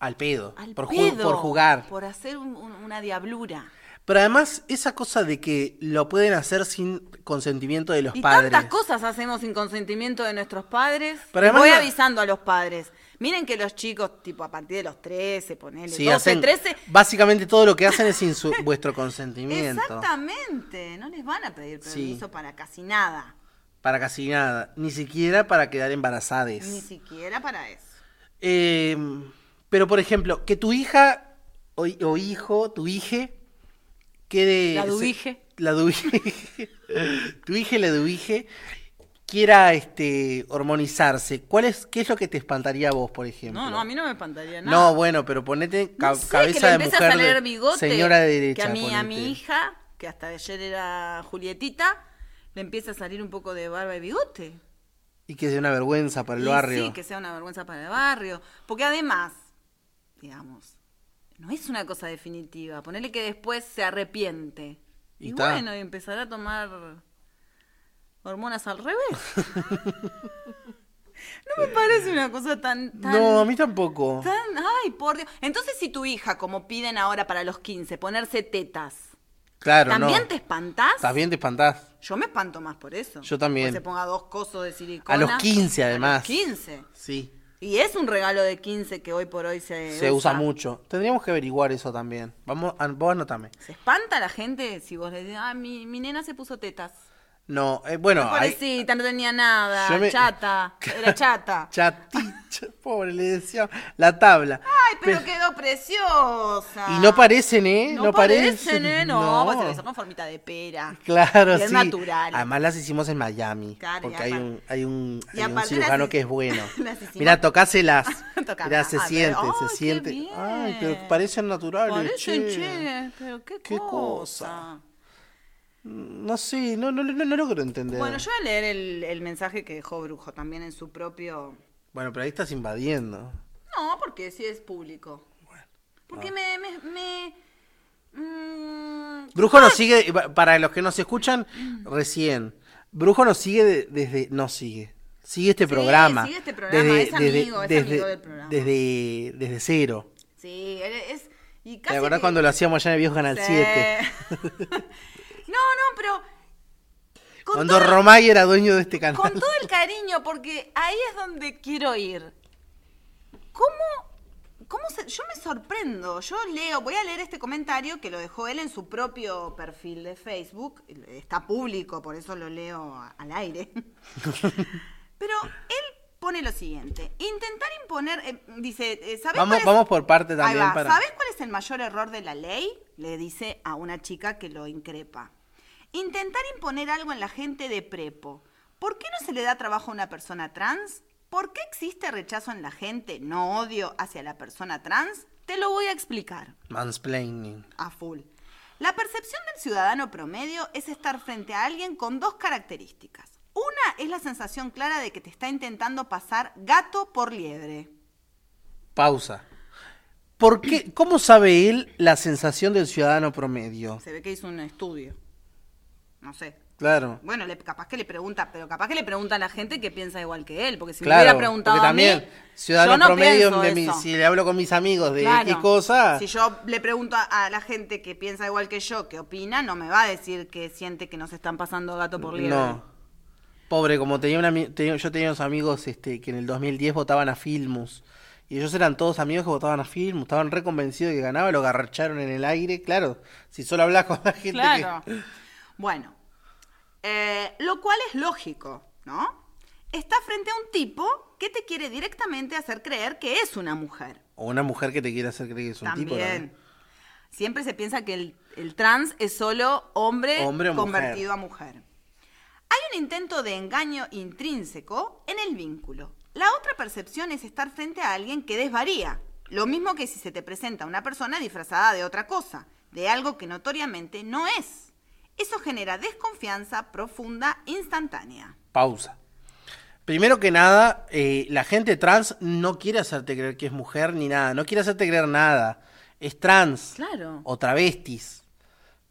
Speaker 2: Al pedo.
Speaker 3: al
Speaker 2: por, ju-
Speaker 3: pedo?
Speaker 2: por jugar.
Speaker 3: Por hacer un- un- una diablura.
Speaker 2: Pero además, esa cosa de que lo pueden hacer sin consentimiento de los
Speaker 3: Y
Speaker 2: padres.
Speaker 3: tantas cosas hacemos sin consentimiento de nuestros padres.
Speaker 2: Pero además
Speaker 3: Voy
Speaker 2: no-
Speaker 3: avisando a los padres. Miren que los chicos, tipo a partir de los 13, ponele,
Speaker 2: Sí,
Speaker 3: 12,
Speaker 2: hacen-
Speaker 3: 13.
Speaker 2: Básicamente todo lo que hacen es sin su-
Speaker 3: <laughs>
Speaker 2: vuestro consentimiento.
Speaker 3: Exactamente. No les van a pedir
Speaker 2: Sí.
Speaker 3: permiso para casi nada.
Speaker 2: Para casi nada. Ni siquiera para quedar embarazadas.
Speaker 3: Ni siquiera para eso.
Speaker 2: Eh, pero, por ejemplo, que tu hija o, hi- o hijo, tu hije, quede...
Speaker 3: La
Speaker 2: se-
Speaker 3: dubije.
Speaker 2: La dubije. <laughs> tu hija, la dubije, quiera este, hormonizarse. ¿Cuál es, ¿Qué es lo que te espantaría a vos, por ejemplo?
Speaker 3: No, no, a mí no me espantaría nada.
Speaker 2: No, bueno, pero ponete ca-
Speaker 3: No sé, que le
Speaker 2: cabeza de
Speaker 3: empiece
Speaker 2: mujer.
Speaker 3: a salir
Speaker 2: de-
Speaker 3: bigote,
Speaker 2: señora de derecha.
Speaker 3: Que a mí, a mi
Speaker 2: ponete.
Speaker 3: hija, que hasta ayer era Julietita, le empieza a salir un poco de barba y bigote.
Speaker 2: Y que es de una vergüenza para el
Speaker 3: Y
Speaker 2: barrio.
Speaker 3: Sí, que sea una vergüenza para el barrio. Porque además, digamos, no es una cosa definitiva. Ponerle que después se arrepiente.
Speaker 2: Y
Speaker 3: Y,
Speaker 2: ta.
Speaker 3: bueno, y empezará a tomar hormonas al revés.
Speaker 2: <laughs>
Speaker 3: no me parece una cosa tan. tan
Speaker 2: No, a mí tampoco.
Speaker 3: tan- ay, por Dios. Entonces, si tu hija, como piden ahora para los 15, ponerse tetas,
Speaker 2: Claro,
Speaker 3: ¿también
Speaker 2: no.
Speaker 3: te espantás?
Speaker 2: También te espantás.
Speaker 3: Yo me espanto más por eso.
Speaker 2: Yo también.
Speaker 3: Que se ponga dos cosos de silicona.
Speaker 2: A los 15
Speaker 3: A los
Speaker 2: además.
Speaker 3: 15.
Speaker 2: Sí,
Speaker 3: Y es un regalo de 15 que hoy por hoy se,
Speaker 2: se usa mucho. Tendríamos que averiguar eso también. Vamos, an- vos anotame.
Speaker 3: Se espanta la gente si vos le dices, ah, mi, mi nena se puso tetas.
Speaker 2: No, eh, bueno, hay-
Speaker 3: Pobrecita, no tenía nada.
Speaker 2: Yo me-
Speaker 3: Chata.
Speaker 2: <laughs>
Speaker 3: Era chata.
Speaker 2: chati, ch- pobre, le decía la tabla.
Speaker 3: Ay, pero
Speaker 2: Pe-
Speaker 3: quedó preciosa.
Speaker 2: Y no parecen, ¿eh?
Speaker 3: No, parecen, ¿eh? No, pues se lo hizo
Speaker 2: no.
Speaker 3: con formita de pera.
Speaker 2: Claro,
Speaker 3: Y es
Speaker 2: sí.
Speaker 3: natural.
Speaker 2: Además las hicimos en Miami.
Speaker 3: Claro, y
Speaker 2: porque hay
Speaker 3: aparte-
Speaker 2: un, hay un,
Speaker 3: y
Speaker 2: hay un
Speaker 3: aparte
Speaker 2: cirujano
Speaker 3: las-
Speaker 2: que es bueno.
Speaker 3: <laughs> las hicimos-
Speaker 2: Mirá,
Speaker 3: <laughs>
Speaker 2: tocáselas.
Speaker 3: Tocá,
Speaker 2: Mirá, se
Speaker 3: a ver.
Speaker 2: siente, se
Speaker 3: Ay, qué
Speaker 2: siente.
Speaker 3: bien.
Speaker 2: Ay, pero parecen naturales.
Speaker 3: Parecen,
Speaker 2: che.
Speaker 3: che, pero qué,
Speaker 2: Qué
Speaker 3: cosa.
Speaker 2: cosa. No sé, no, no, no, no logro entender.
Speaker 3: Bueno, yo voy a leer el, el mensaje que dejó Brujo también en su propio.
Speaker 2: Bueno, pero ahí estás invadiendo.
Speaker 3: No, porque sí es público. Porque
Speaker 2: ah.
Speaker 3: me. me, me- mm,
Speaker 2: Brujo nos sigue, pa- para los que nos escuchan recién, Brujo nos sigue de- desde, no sigue, sigue este
Speaker 3: Sí,
Speaker 2: programa.
Speaker 3: sigue este programa, es amigo, es amigo del programa.
Speaker 2: Desde, desde cero.
Speaker 3: sí, él es. Y casi
Speaker 2: ¿Te acordás
Speaker 3: que-
Speaker 2: cuando lo hacíamos allá en el viejo Canal
Speaker 3: Sí.
Speaker 2: 7?
Speaker 3: <laughs> no, no, pero. con
Speaker 2: Cuando
Speaker 3: todo-
Speaker 2: Romay era dueño de este canal.
Speaker 3: Con todo el cariño, porque ahí es donde quiero ir. ¿Cómo? ¿Cómo se- yo me sorprendo, yo leo, voy a leer este comentario que lo dejó él en su propio perfil de Facebook, está público, por eso lo leo a- al aire. Pero él pone lo siguiente, intentar imponer, eh, dice, eh, ¿sabés
Speaker 2: Vamos-
Speaker 3: cuál es-
Speaker 2: vamos por parte
Speaker 3: Ahí
Speaker 2: también
Speaker 3: va,
Speaker 2: para-
Speaker 3: ¿Sabés cuál es el mayor error de la ley? Le dice a una chica que lo increpa. Intentar imponer algo en la gente de prepo. ¿Por qué no se le da trabajo a una persona trans? ¿Por qué existe rechazo en la gente, no odio hacia la persona trans? Te lo voy a explicar
Speaker 2: Mansplaining.
Speaker 3: a full. La percepción del ciudadano promedio es estar frente a alguien con dos características. Una es la sensación clara de que te está intentando pasar gato por liebre.
Speaker 2: Pausa. ¿Por qué, ¿Cómo sabe él la sensación del ciudadano promedio?
Speaker 3: Se ve que hizo un estudio. No sé.
Speaker 2: Claro.
Speaker 3: Bueno, le- capaz que le pregunta, pero capaz que le pregunta a la gente que piensa igual que él, porque si
Speaker 2: claro,
Speaker 3: me hubiera preguntado
Speaker 2: porque
Speaker 3: a mí,
Speaker 2: también, ciudadano
Speaker 3: yo no
Speaker 2: promedio,
Speaker 3: pienso
Speaker 2: de mi-
Speaker 3: eso.
Speaker 2: si le hablo con mis amigos de
Speaker 3: Claro.
Speaker 2: X cosa,
Speaker 3: Si yo le pregunto a, a la gente que piensa igual que yo, que opina, no me va a decir que siente que nos están pasando gato por liebre.
Speaker 2: No. Pobre, como tenía una, ami- tenía- yo tenía unos amigos este, que en el 2010 votaban a Filmus. Y ellos eran todos amigos que votaban a Filmus, estaban reconvencidos de que ganaba, lo garracharon en el aire, claro. Si solo hablas con la gente que-
Speaker 3: Claro. <laughs> Bueno, eh, lo cual es lógico, ¿no? Está frente a un tipo que te quiere directamente hacer creer que es una mujer.
Speaker 2: O una mujer que te quiere hacer creer que es un tipo.
Speaker 3: También.
Speaker 2: también.
Speaker 3: Siempre se piensa que el, el trans es solo hombre,
Speaker 2: Hombre o mujer.
Speaker 3: convertido a mujer. Hay un intento de engaño intrínseco en el vínculo. La otra percepción es estar frente a alguien que desvaría. Lo mismo que si se te presenta una persona disfrazada de otra cosa, de algo que notoriamente no es. Eso genera desconfianza profunda instantánea.
Speaker 2: Pausa. Primero que nada, eh, la gente trans no quiere hacerte creer que es mujer ni nada, no quiere hacerte creer nada. Es trans.
Speaker 3: Claro.
Speaker 2: o travestis,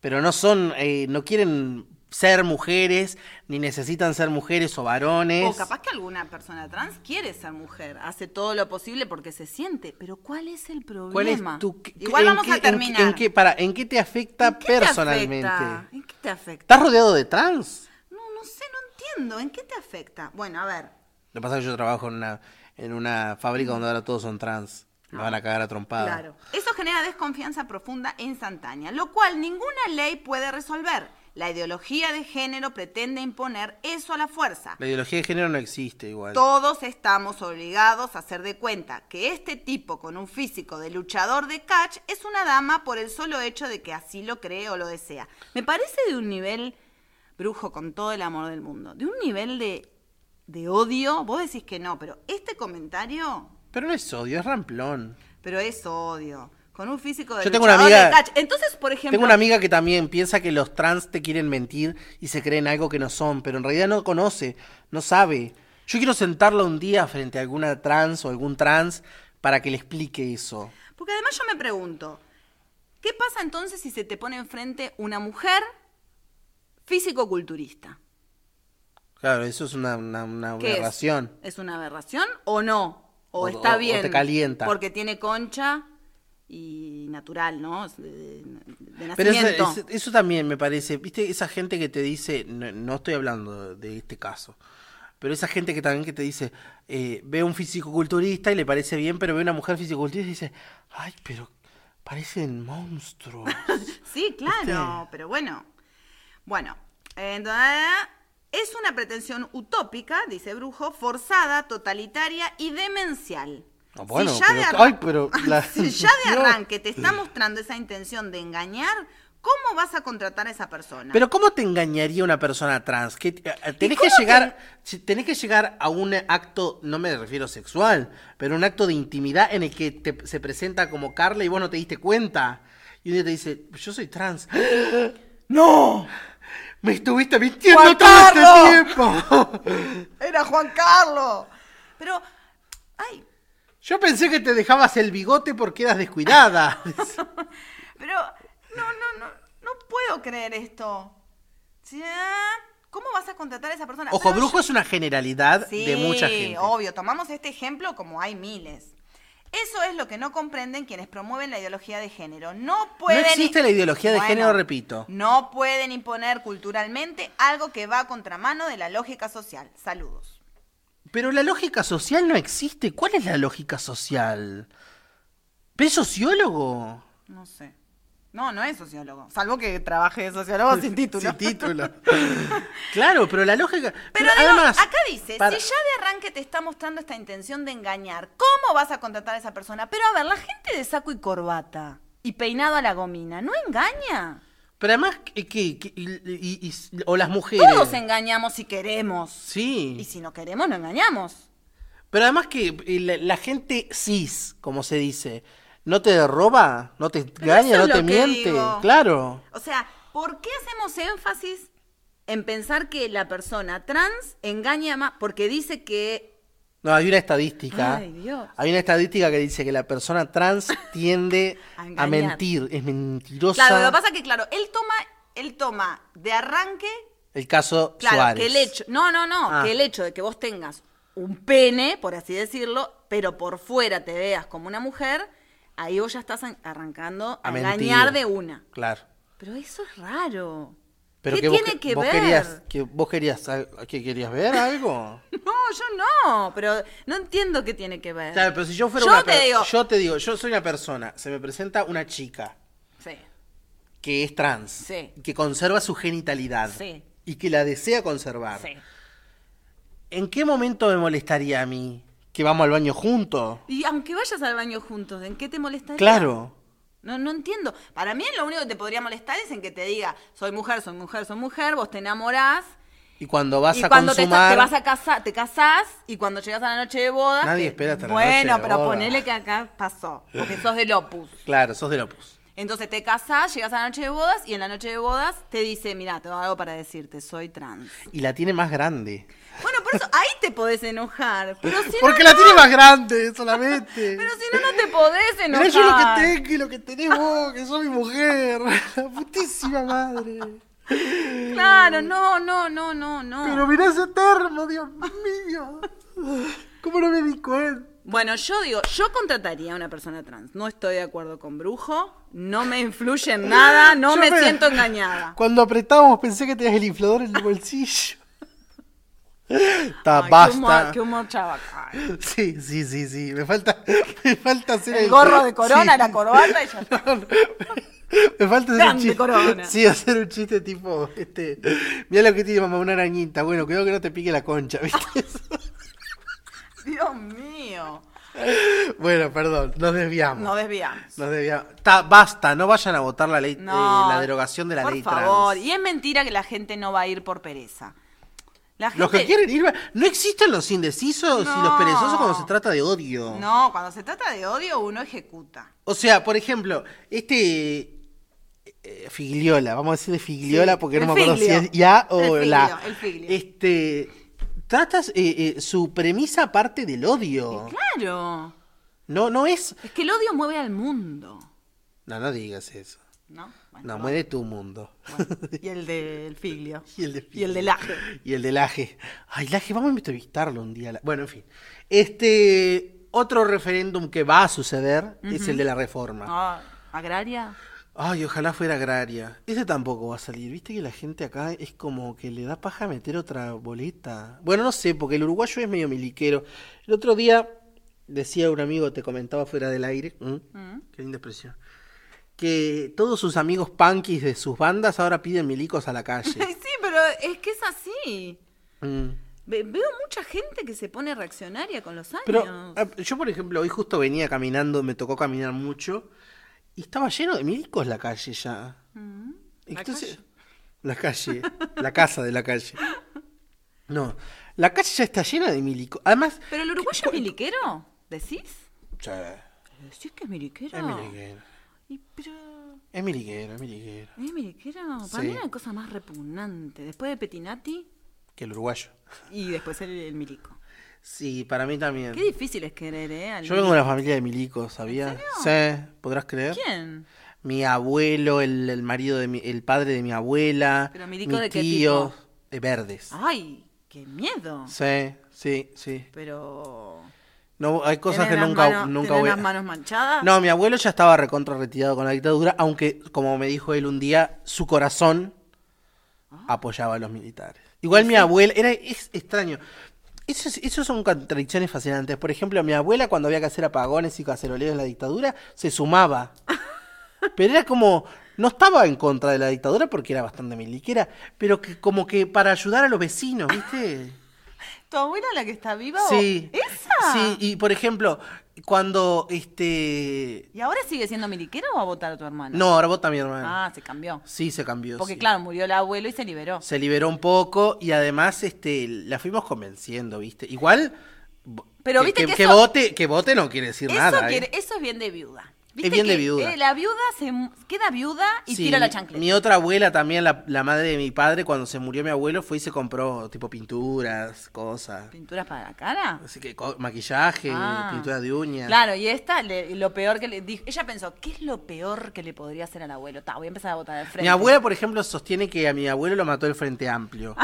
Speaker 2: pero no son, eh, no quieren ser mujeres, ni necesitan ser mujeres o varones.
Speaker 3: O capaz que alguna persona trans quiere ser mujer, hace todo lo posible porque se siente, pero ¿cuál es el problema?
Speaker 2: ¿Cuál es tu, qué-
Speaker 3: Igual
Speaker 2: en
Speaker 3: vamos
Speaker 2: qué-
Speaker 3: a
Speaker 2: en qué-
Speaker 3: terminar.
Speaker 2: En, qué, para, ¿En qué te afecta
Speaker 3: ¿En qué te
Speaker 2: personalmente?
Speaker 3: afecta? ¿En qué te afecta?
Speaker 2: ¿Estás rodeado de trans?
Speaker 3: No, no sé, no entiendo. ¿En qué te afecta? Bueno, a ver.
Speaker 2: Lo que pasa es que yo trabajo en una, en una fábrica donde ahora todos son trans. Me van a cagar a trompada.
Speaker 3: Ah. Claro. Eso genera desconfianza profunda e instantánea, lo cual ninguna ley puede resolver. La ideología de género pretende imponer eso a la fuerza.
Speaker 2: La ideología de género no existe igual.
Speaker 3: Todos estamos obligados a hacer de cuenta que este tipo con un físico de luchador de catch es una dama por el solo hecho de que así lo cree o lo desea. Me parece de un nivel, brujo, con todo el amor del mundo, de un nivel de, de odio. Vos decís que no, pero este comentario,
Speaker 2: Pero no es odio, es ramplón.
Speaker 3: pero es odio. Con un físico de
Speaker 2: Yo tengo una
Speaker 3: luchador de
Speaker 2: amiga-
Speaker 3: catch. Entonces, por ejemplo,
Speaker 2: Tengo una amiga que también piensa que los trans te quieren mentir y se creen algo que no son, pero en realidad no conoce, no sabe. Yo quiero sentarla un día frente a alguna trans o algún trans para que le explique eso.
Speaker 3: Porque además yo me pregunto, ¿qué pasa entonces si se te pone enfrente una mujer físico-culturista?
Speaker 2: Claro, eso es una, una, una
Speaker 3: ¿Qué es?
Speaker 2: aberración.
Speaker 3: ¿Es? una aberración o no? O,
Speaker 2: O-
Speaker 3: está
Speaker 2: o- o
Speaker 3: bien.
Speaker 2: te calienta.
Speaker 3: Porque tiene concha y natural, ¿no? Es De, de- de
Speaker 2: Pero eso,
Speaker 3: nacimiento.
Speaker 2: es- eso también me parece, viste, esa gente que te dice, no, no estoy hablando de este caso, pero esa gente que también que te dice, eh, ve un fisicoculturista y le parece bien, pero ve una mujer fisicoculturista y dice, ay, pero parecen monstruos.
Speaker 3: Sí, claro, pero bueno. Bueno, entonces, Es una pretensión utópica, dice Brujo, forzada, totalitaria y demencial.
Speaker 2: Ah, bueno,
Speaker 3: si ya, de,
Speaker 2: pero-
Speaker 3: arran-
Speaker 2: ay, pero la-
Speaker 3: <laughs> si ya de
Speaker 2: Dios.
Speaker 3: arranque te está mostrando esa intención de engañar, ¿cómo vas a contratar a esa persona?
Speaker 2: Pero ¿cómo te engañaría una persona trans? ¿Qué- eh, tenés que
Speaker 3: cómo
Speaker 2: llegar, si- tenés que llegar a un acto, no me refiero sexual, pero un acto de intimidad en el que te- se presenta como Carla y vos no te diste cuenta. Y un día te dice, yo soy trans.
Speaker 3: <gasps>
Speaker 2: ¡No! Me estuviste mintiendo
Speaker 3: ¡Juan
Speaker 2: todo este tiempo. <laughs>
Speaker 3: ¡Era Juan Carlos! Pero, ay,
Speaker 2: Yo pensé que te dejabas el bigote porque eras
Speaker 3: <laughs>
Speaker 2: descuidada.
Speaker 3: Pero no, no, no, no puedo creer esto. Ya, ¿Cómo vas a contratar a esa persona?
Speaker 2: Ojo,
Speaker 3: Pero
Speaker 2: brujo
Speaker 3: yo-
Speaker 2: es una generalidad
Speaker 3: Sí,
Speaker 2: de mucha gente.
Speaker 3: obvio, tomamos este ejemplo como hay miles. Eso es lo que no comprenden quienes promueven la ideología de género. No pueden
Speaker 2: existe la ideología de género, repito.
Speaker 3: No pueden imponer culturalmente algo que va a contramano de la lógica social. Saludos.
Speaker 2: Pero la lógica social no existe. ¿Cuál es la lógica social? ¿Ves sociólogo?
Speaker 3: No sé. No, no es sociólogo. Salvo que trabaje de sociólogo sin título.
Speaker 2: <laughs> Sin
Speaker 3: <laughs>
Speaker 2: título. <laughs> claro, pero la lógica.
Speaker 3: Pero digo,
Speaker 2: además,
Speaker 3: acá dice,
Speaker 2: para-
Speaker 3: si ya de arranque te está mostrando esta intención de engañar, ¿cómo vas a contratar a esa persona? Pero a ver, la gente de saco y corbata y peinado a la gomina, ¿no engaña?
Speaker 2: Pero además, ¿qué- qué- qué- y- y- y- o las mujeres.
Speaker 3: Todos engañamos si queremos.
Speaker 2: Sí.
Speaker 3: Y si no queremos, no engañamos.
Speaker 2: Pero además que eh, la, la gente cis, como se dice, no te roba, no te engaña,
Speaker 3: eso
Speaker 2: no
Speaker 3: es lo
Speaker 2: te
Speaker 3: que
Speaker 2: miente.
Speaker 3: digo.
Speaker 2: Claro.
Speaker 3: O sea, ¿por qué hacemos énfasis en pensar que la persona trans engaña más? Porque dice que...
Speaker 2: No, hay una estadística.
Speaker 3: Ay, Dios.
Speaker 2: Hay una estadística que dice que la persona
Speaker 3: <laughs>
Speaker 2: trans tiende
Speaker 3: A
Speaker 2: a,
Speaker 3: engañar.
Speaker 2: mentir, es mentirosa.
Speaker 3: Claro, lo que pasa es que, claro, él toma, él toma de arranque
Speaker 2: El caso
Speaker 3: Claro,
Speaker 2: Suárez.
Speaker 3: que el hecho, no, no, no,
Speaker 2: Ah.
Speaker 3: que el hecho de que vos tengas un pene, por así decirlo, pero por fuera te veas como una mujer, ahí vos ya estás an- arrancando a,
Speaker 2: A mentir.
Speaker 3: engañar de una.
Speaker 2: Claro.
Speaker 3: Pero eso es raro.
Speaker 2: Pero
Speaker 3: ¿Qué
Speaker 2: que vos
Speaker 3: tiene
Speaker 2: que-
Speaker 3: que
Speaker 2: vos
Speaker 3: ver?
Speaker 2: Querías, que ¿Vos querías, al- que querías ver algo?
Speaker 3: <laughs> No, yo no, pero no entiendo qué tiene que ver.
Speaker 2: claro, pero si yo fuera
Speaker 3: Yo
Speaker 2: una
Speaker 3: te
Speaker 2: per-
Speaker 3: digo-
Speaker 2: Yo te digo, yo soy una persona, se me presenta una chica
Speaker 3: Sí.
Speaker 2: que es trans,
Speaker 3: Sí.
Speaker 2: que conserva su genitalidad
Speaker 3: Sí.
Speaker 2: y que la desea conservar.
Speaker 3: sí.
Speaker 2: ¿En qué momento me molestaría a mí que vamos al baño juntos?
Speaker 3: Y aunque vayas al baño juntos, ¿en qué te molestaría?
Speaker 2: Claro.
Speaker 3: No, no entiendo. Para mí lo único que te podría molestar es en que te diga, soy mujer, soy mujer, soy mujer, vos te enamorás
Speaker 2: Y cuando vas
Speaker 3: y
Speaker 2: a
Speaker 3: cuando te,
Speaker 2: consumar...
Speaker 3: te vas a casar, te casás y cuando llegas a la noche de boda.
Speaker 2: Nadie
Speaker 3: que-
Speaker 2: espera hasta la
Speaker 3: bueno,
Speaker 2: noche de
Speaker 3: pero
Speaker 2: boda.
Speaker 3: ponele que acá pasó, porque sos del Opus.
Speaker 2: Claro, sos del Opus.
Speaker 3: Entonces te casás, llegas a la noche de bodas y en la noche de bodas te dice, mira, tengo algo para decirte, soy trans.
Speaker 2: Y la tiene más grande.
Speaker 3: Bueno, por eso ahí te podés enojar. Pero si
Speaker 2: Porque
Speaker 3: no,
Speaker 2: la
Speaker 3: no.
Speaker 2: tiene más grande solamente.
Speaker 3: <laughs> Pero si no, no te podés
Speaker 2: Mirá
Speaker 3: enojar.
Speaker 2: yo lo que tengo y lo que tenés vos, que sos mi mujer. <laughs> La putísima madre.
Speaker 3: Claro, no, no, no, no, no.
Speaker 2: Pero mirá ese termo, Dios mío. ¿Cómo no me di cuenta?
Speaker 3: Bueno, yo digo, yo contrataría a una persona trans. No estoy de acuerdo con Brujo, no me influye
Speaker 2: <laughs>
Speaker 3: en nada, no
Speaker 2: Yo
Speaker 3: me siento engañada.
Speaker 2: Cuando apretábamos pensé que tenías el inflador en el
Speaker 3: <laughs>
Speaker 2: bolsillo. Está,
Speaker 3: Ay, qué humor-
Speaker 2: Ah, basta.
Speaker 3: Qué humor chabacal.
Speaker 2: Sí, sí, sí, sí. Me falta, <laughs> me falta hacer
Speaker 3: El gorro de corona,
Speaker 2: Sí.
Speaker 3: la corbata y
Speaker 2: <laughs>
Speaker 3: ya está.
Speaker 2: No, no. <laughs> Me falta hacer un
Speaker 3: Grande
Speaker 2: chiste.
Speaker 3: corona.
Speaker 2: Sí, hacer un chiste tipo, este, mira lo que tiene mamá, una arañita. Bueno, cuidado que no te pique la concha,
Speaker 3: <laughs>
Speaker 2: ¿viste?
Speaker 3: Dios mío.
Speaker 2: bueno, perdón, nos desviamos.
Speaker 3: No desviamos.
Speaker 2: Nos desviamos. Ta- basta, no vayan a votar la ley,
Speaker 3: No.
Speaker 2: eh, la derogación de la
Speaker 3: por
Speaker 2: ley
Speaker 3: favor.
Speaker 2: trans.
Speaker 3: Y es mentira que la gente no va a ir por pereza. La gente...
Speaker 2: Los que quieren ir, no existen los indecisos y los
Speaker 3: No.
Speaker 2: perezosos cuando se trata de odio.
Speaker 3: No, cuando se trata de odio uno ejecuta.
Speaker 2: O sea, por ejemplo, este eh, Figliola, vamos a decir de Figliola
Speaker 3: Sí,
Speaker 2: porque no
Speaker 3: el
Speaker 2: me acuerdo
Speaker 3: Figlio.
Speaker 2: si es ya o
Speaker 3: El Figlio,
Speaker 2: la.
Speaker 3: el Figlio.
Speaker 2: Este, tratas eh, eh, su premisa parte del odio.
Speaker 3: Claro.
Speaker 2: No, no es.
Speaker 3: Es que el odio mueve al mundo.
Speaker 2: No, no digas eso.
Speaker 3: ¿No? Bueno,
Speaker 2: No,
Speaker 3: va.
Speaker 2: mueve tu mundo. <laughs>
Speaker 3: Y el del figlio.
Speaker 2: Y el de
Speaker 3: <laughs> Y el
Speaker 2: Figlio.
Speaker 3: del aje. <laughs>
Speaker 2: Y el de Laje. Ay, Laje, vamos a entrevistarlo un día. Bueno, en fin. Este, otro referéndum que va a suceder es el de la reforma.
Speaker 3: Ah, ¿Agraria?
Speaker 2: Ay, ojalá fuera agraria. Ese tampoco va a salir. Viste que la gente acá es como que le da paja meter otra boleta. Bueno, no sé, porque el uruguayo es medio miliquero. El otro día decía un amigo, te comentaba fuera del aire, ¿m? qué linda expresión, que todos sus amigos punkis de sus bandas ahora piden milicos a la
Speaker 3: Ay, <laughs>
Speaker 2: calle.
Speaker 3: sí, pero es que es así.
Speaker 2: Mm.
Speaker 3: Ve- veo mucha gente que se pone reaccionaria con los años.
Speaker 2: Pero eh, yo, por ejemplo, hoy justo venía caminando, me tocó caminar mucho, y estaba lleno de milicos la calle ya.
Speaker 3: Mm. La
Speaker 2: Entonces,
Speaker 3: calle.
Speaker 2: la calle, la casa de la calle. No, la calle ya está llena de milicos. Además,
Speaker 3: ¿Pero el uruguayo es miliquero? ¿Decís?
Speaker 2: ya,
Speaker 3: ¿Decís que es miliquero?
Speaker 2: es miliquero,
Speaker 3: Y, pero...
Speaker 2: es miliquero, es miliquero,
Speaker 3: ¿Es miliquero? Para
Speaker 2: Sí.
Speaker 3: mí era la cosa más repugnante. Después de Petinati
Speaker 2: que el uruguayo.
Speaker 3: y después el, el milico.
Speaker 2: Sí, para mí también.
Speaker 3: Qué difícil es querer, ¿eh? Al
Speaker 2: Yo vengo de una familia de milicos, ¿sabías? Sí, ¿podrás creer?
Speaker 3: milico. ¿Quién?
Speaker 2: Mi abuelo, el, el marido de mi, el padre de mi abuela,
Speaker 3: ¿Pero
Speaker 2: mi
Speaker 3: milico de qué
Speaker 2: tío,
Speaker 3: tipo?
Speaker 2: de verdes.
Speaker 3: ¡Ay! ¡Qué miedo!
Speaker 2: Sí, sí, sí.
Speaker 3: Pero...
Speaker 2: No, hay cosas que
Speaker 3: ¿Tenés las
Speaker 2: nunca,
Speaker 3: manos-
Speaker 2: nunca
Speaker 3: tenés
Speaker 2: voy a...
Speaker 3: las manos manchadas?
Speaker 2: No, mi abuelo ya estaba recontra retirado con la dictadura, aunque, como me dijo él un día, su corazón
Speaker 3: Ah.
Speaker 2: apoyaba a los militares. Igual mi abuela, era, es extraño. Eso, es- eso son contradicciones fascinantes. Por ejemplo, mi abuela cuando había que hacer apagones y caceroleos en la dictadura, se
Speaker 3: <laughs>
Speaker 2: sumaba. Pero era como, no estaba en contra de la dictadura porque era bastante miliquera, pero que como que para ayudar a los vecinos, ¿viste?
Speaker 3: ¿Tu abuela la que está viva?
Speaker 2: Sí.
Speaker 3: O... ¿Esa?
Speaker 2: Sí, y por ejemplo, cuando este.
Speaker 3: ¿Y ahora sigue siendo miliquero o va a votar a tu hermana?
Speaker 2: No, ahora vota mi hermano.
Speaker 3: Ah, se cambió.
Speaker 2: Sí, se cambió.
Speaker 3: Porque
Speaker 2: sí.
Speaker 3: claro, murió el abuelo y se liberó.
Speaker 2: Se liberó un poco y además este, la fuimos convenciendo, ¿viste? Igual. bo-
Speaker 3: Pero viste que eso-
Speaker 2: vote, que vote no quiere decir
Speaker 3: Eso,
Speaker 2: nada.
Speaker 3: quiere-
Speaker 2: ¿eh?
Speaker 3: eso es bien de viuda.
Speaker 2: bien de
Speaker 3: que,
Speaker 2: viuda.
Speaker 3: eh, la viuda se mu- queda viuda y
Speaker 2: Sí,
Speaker 3: tira la
Speaker 2: mi-
Speaker 3: chancleta.
Speaker 2: Mi otra abuela también, la, la madre de mi padre, cuando se murió mi abuelo, fue y se compró tipo pinturas, cosas.
Speaker 3: ¿Pinturas para la cara?
Speaker 2: Así que co- maquillaje,
Speaker 3: Ah.
Speaker 2: pintura de uñas.
Speaker 3: Claro, y esta, le- lo peor que le dijo. Ella pensó, ¿qué es lo peor que le podría hacer al abuelo? Ta, voy a empezar a votar al frente.
Speaker 2: Mi abuela, por ejemplo, sostiene que a mi abuelo lo mató el Frente Amplio.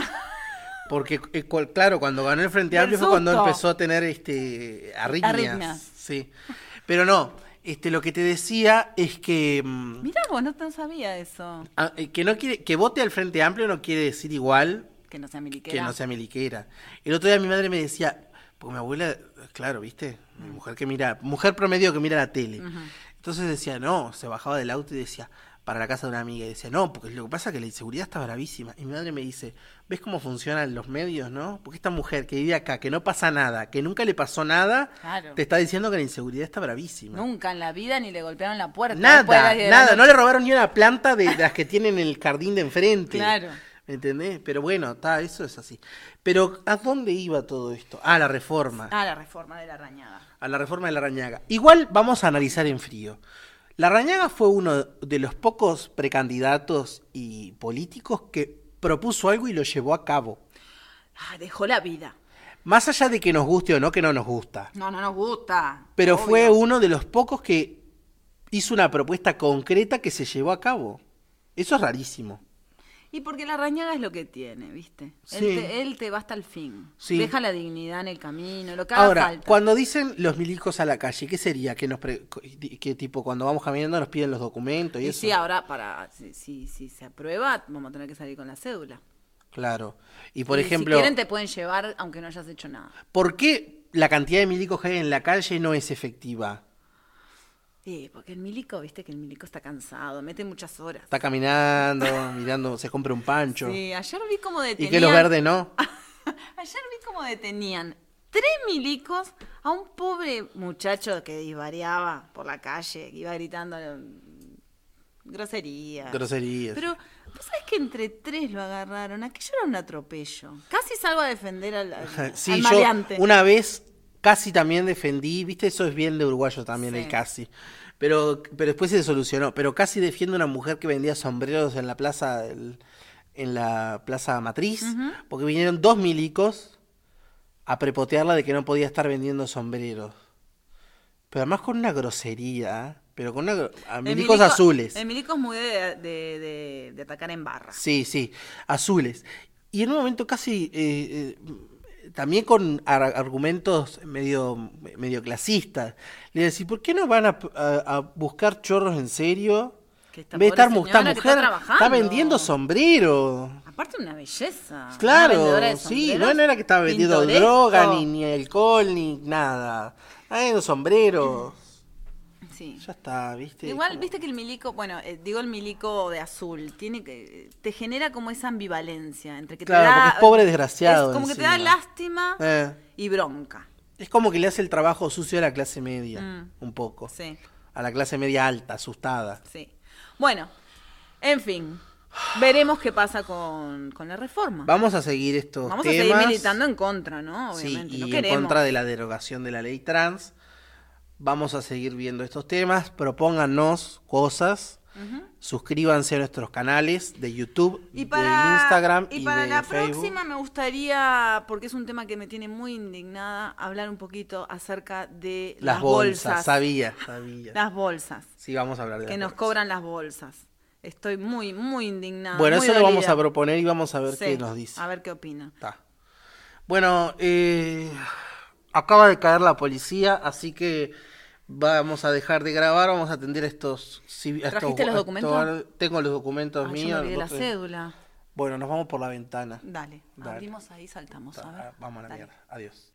Speaker 2: Porque, eh, cu- claro, cuando ganó el Frente
Speaker 3: Ah. Del
Speaker 2: Amplio fue cuando
Speaker 3: susto.
Speaker 2: empezó a tener este, arritmias.
Speaker 3: Arritmias.
Speaker 2: Sí. Pero no, este, lo que te decía es que, mm,
Speaker 3: Mirá vos, no tan sabía eso.
Speaker 2: a- eh, que, no quiere, que vote al Frente Amplio no quiere decir igual
Speaker 3: Que no sea miliquera.
Speaker 2: que no sea miliquera. El otro día mi madre me decía, porque mi abuela, claro, viste, Mi mujer que mira, mujer promedio que mira la tele. Entonces decía, no, se bajaba del auto y decía, para la casa de una amiga, y decía, no, porque lo que pasa es que la inseguridad está bravísima. Y mi madre me dice, ¿ves cómo funcionan los medios, no? Porque esta mujer que vive acá, que no pasa nada, que nunca le pasó nada,
Speaker 3: Claro.
Speaker 2: te está diciendo que la inseguridad está bravísima.
Speaker 3: Nunca en la vida ni le golpearon la puerta. después de
Speaker 2: Nada,
Speaker 3: las diez de la
Speaker 2: nada,
Speaker 3: noche.
Speaker 2: no le robaron ni una planta de, de las que tienen en el jardín de enfrente.
Speaker 3: Claro.
Speaker 2: ¿Me entendés? Pero bueno, está, eso es así. Pero ¿a dónde iba todo esto? A la reforma.
Speaker 3: Ah, la reforma de la rañada.
Speaker 2: A la reforma de la Rañaga. Igual vamos a analizar en frío. La Rañaga fue uno de los pocos precandidatos y políticos que propuso algo y lo llevó a cabo.
Speaker 3: Ah, dejó la vida.
Speaker 2: Más allá de que nos guste o no, que no nos gusta.
Speaker 3: No, no nos gusta.
Speaker 2: Pero
Speaker 3: Obvio.
Speaker 2: fue uno de los pocos que hizo una propuesta concreta que se llevó a cabo. Eso es rarísimo.
Speaker 3: Y porque la rañaga es lo que tiene, ¿viste?
Speaker 2: Sí.
Speaker 3: Él, te, él te va hasta el fin.
Speaker 2: Sí.
Speaker 3: Deja la dignidad en el camino, lo que haga
Speaker 2: Ahora,
Speaker 3: falta.
Speaker 2: cuando dicen los milicos a la calle, ¿qué sería? ¿Que nos pre- que tipo cuando vamos caminando nos piden los documentos y,
Speaker 3: Y
Speaker 2: eso?
Speaker 3: sí, ahora, para, si, si, si se aprueba, vamos a tener que salir con la cédula.
Speaker 2: Claro. Y por
Speaker 3: Y
Speaker 2: ejemplo,
Speaker 3: Si quieren, te pueden llevar aunque no hayas hecho nada.
Speaker 2: ¿por qué la cantidad de milicos que hay en la calle no es efectiva?
Speaker 3: Sí, porque el milico, viste que el milico está cansado, mete muchas horas.
Speaker 2: Está caminando, <laughs> mirando, se compra un pancho.
Speaker 3: Sí, ayer vi cómo
Speaker 2: y
Speaker 3: detenían.
Speaker 2: que los verdes no.
Speaker 3: <laughs> Ayer vi cómo detenían tres milicos a un pobre muchacho que divariaba por la calle, que iba gritando mm, groserías.
Speaker 2: Groserías.
Speaker 3: Pero, ¿vos sabés que entre tres lo agarraron? Aquello era un atropello. Casi salgo a defender al,
Speaker 2: <laughs>
Speaker 3: al,
Speaker 2: Sí,
Speaker 3: al
Speaker 2: yo
Speaker 3: maleante.
Speaker 2: una vez casi también defendí, viste, eso es bien de uruguayo también
Speaker 3: Sí.
Speaker 2: el casi. Pero, pero después se solucionó. Pero casi defiendo a una mujer que vendía sombreros en la plaza del- en la plaza matriz, porque vinieron dos milicos a prepotearla de que no podía estar vendiendo sombreros. Pero además con una grosería, ¿eh? pero con una gro- a
Speaker 3: El
Speaker 2: milicos
Speaker 3: milico-
Speaker 2: azules.
Speaker 3: El milico es muy de, de- de- de atacar en barra.
Speaker 2: Sí, sí, azules. Y en un momento casi, eh, eh, también con ar- argumentos medio, medio clasistas, le decía, ¿por qué no van a, a- a buscar chorros en serio?
Speaker 3: Que esta
Speaker 2: En vez de estar
Speaker 3: pobre
Speaker 2: esta
Speaker 3: señora
Speaker 2: mujer,
Speaker 3: que está trabajando.
Speaker 2: vendiendo sombrero.
Speaker 3: Aparte una belleza. una
Speaker 2: Claro,
Speaker 3: vendedora de
Speaker 2: sí,
Speaker 3: sombreros,
Speaker 2: no, no era que estaba vendiendo
Speaker 3: pintoresco.
Speaker 2: droga, ni, ni alcohol, ni nada. Estaba vendiendo sombreros.
Speaker 3: Sí.
Speaker 2: Ya está, ¿viste?
Speaker 3: Mm. Igual,
Speaker 2: Como-
Speaker 3: viste que el milico, bueno, eh, digo el milico de azul, tiene que te genera como esa ambivalencia entre que
Speaker 2: Claro,
Speaker 3: te da
Speaker 2: porque es pobre desgraciado
Speaker 3: es como que te da
Speaker 2: encima.
Speaker 3: lástima
Speaker 2: Eh,
Speaker 3: y bronca.
Speaker 2: es como que le hace el trabajo sucio a la clase media,
Speaker 3: Mm.
Speaker 2: un poco.
Speaker 3: Sí,
Speaker 2: A la clase media alta, asustada.
Speaker 3: sí. Bueno, en fin, veremos qué pasa con, con la reforma.
Speaker 2: Vamos a seguir estos
Speaker 3: Ah. Vamos a
Speaker 2: temas.
Speaker 3: seguir militando en contra, ¿no?
Speaker 2: Sí,
Speaker 3: Obviamente,
Speaker 2: y
Speaker 3: no
Speaker 2: en
Speaker 3: queremos.
Speaker 2: contra de la derogación de la ley trans. Vamos a seguir viendo estos temas. Propónganos cosas.
Speaker 3: Ujú.
Speaker 2: Suscríbanse a nuestros canales de YouTube,
Speaker 3: Y
Speaker 2: de
Speaker 3: para,
Speaker 2: Instagram
Speaker 3: y
Speaker 2: y,
Speaker 3: para
Speaker 2: de
Speaker 3: la
Speaker 2: Facebook.
Speaker 3: próxima me gustaría, porque es un tema que me tiene muy indignada, hablar un poquito acerca de
Speaker 2: Las, bolsas. Sabía, sabía.
Speaker 3: Las bolsas.
Speaker 2: Sí, vamos a hablar de
Speaker 3: que
Speaker 2: las
Speaker 3: nos
Speaker 2: bolsas.
Speaker 3: cobran las bolsas. Estoy muy, muy indignada.
Speaker 2: Bueno,
Speaker 3: muy
Speaker 2: eso lo vamos
Speaker 3: dolida.
Speaker 2: a proponer y vamos a ver
Speaker 3: Sí,
Speaker 2: qué nos dice.
Speaker 3: A ver qué opina.
Speaker 2: Está. Bueno, eh, acaba de caer la policía, así que vamos a dejar de grabar, vamos a atender estos... civi- a estos-
Speaker 3: ¿Trajiste los
Speaker 2: a
Speaker 3: documentos?
Speaker 2: estos- tengo los documentos
Speaker 3: Ah, yo me
Speaker 2: míos.
Speaker 3: olvidé la
Speaker 2: vos tenés-
Speaker 3: cédula.
Speaker 2: Bueno, nos vamos por la ventana.
Speaker 3: Dale,
Speaker 2: Dale.
Speaker 3: abrimos ahí, saltamos. A ver.
Speaker 2: Vamos a la
Speaker 3: Dale.
Speaker 2: mierda. Adiós.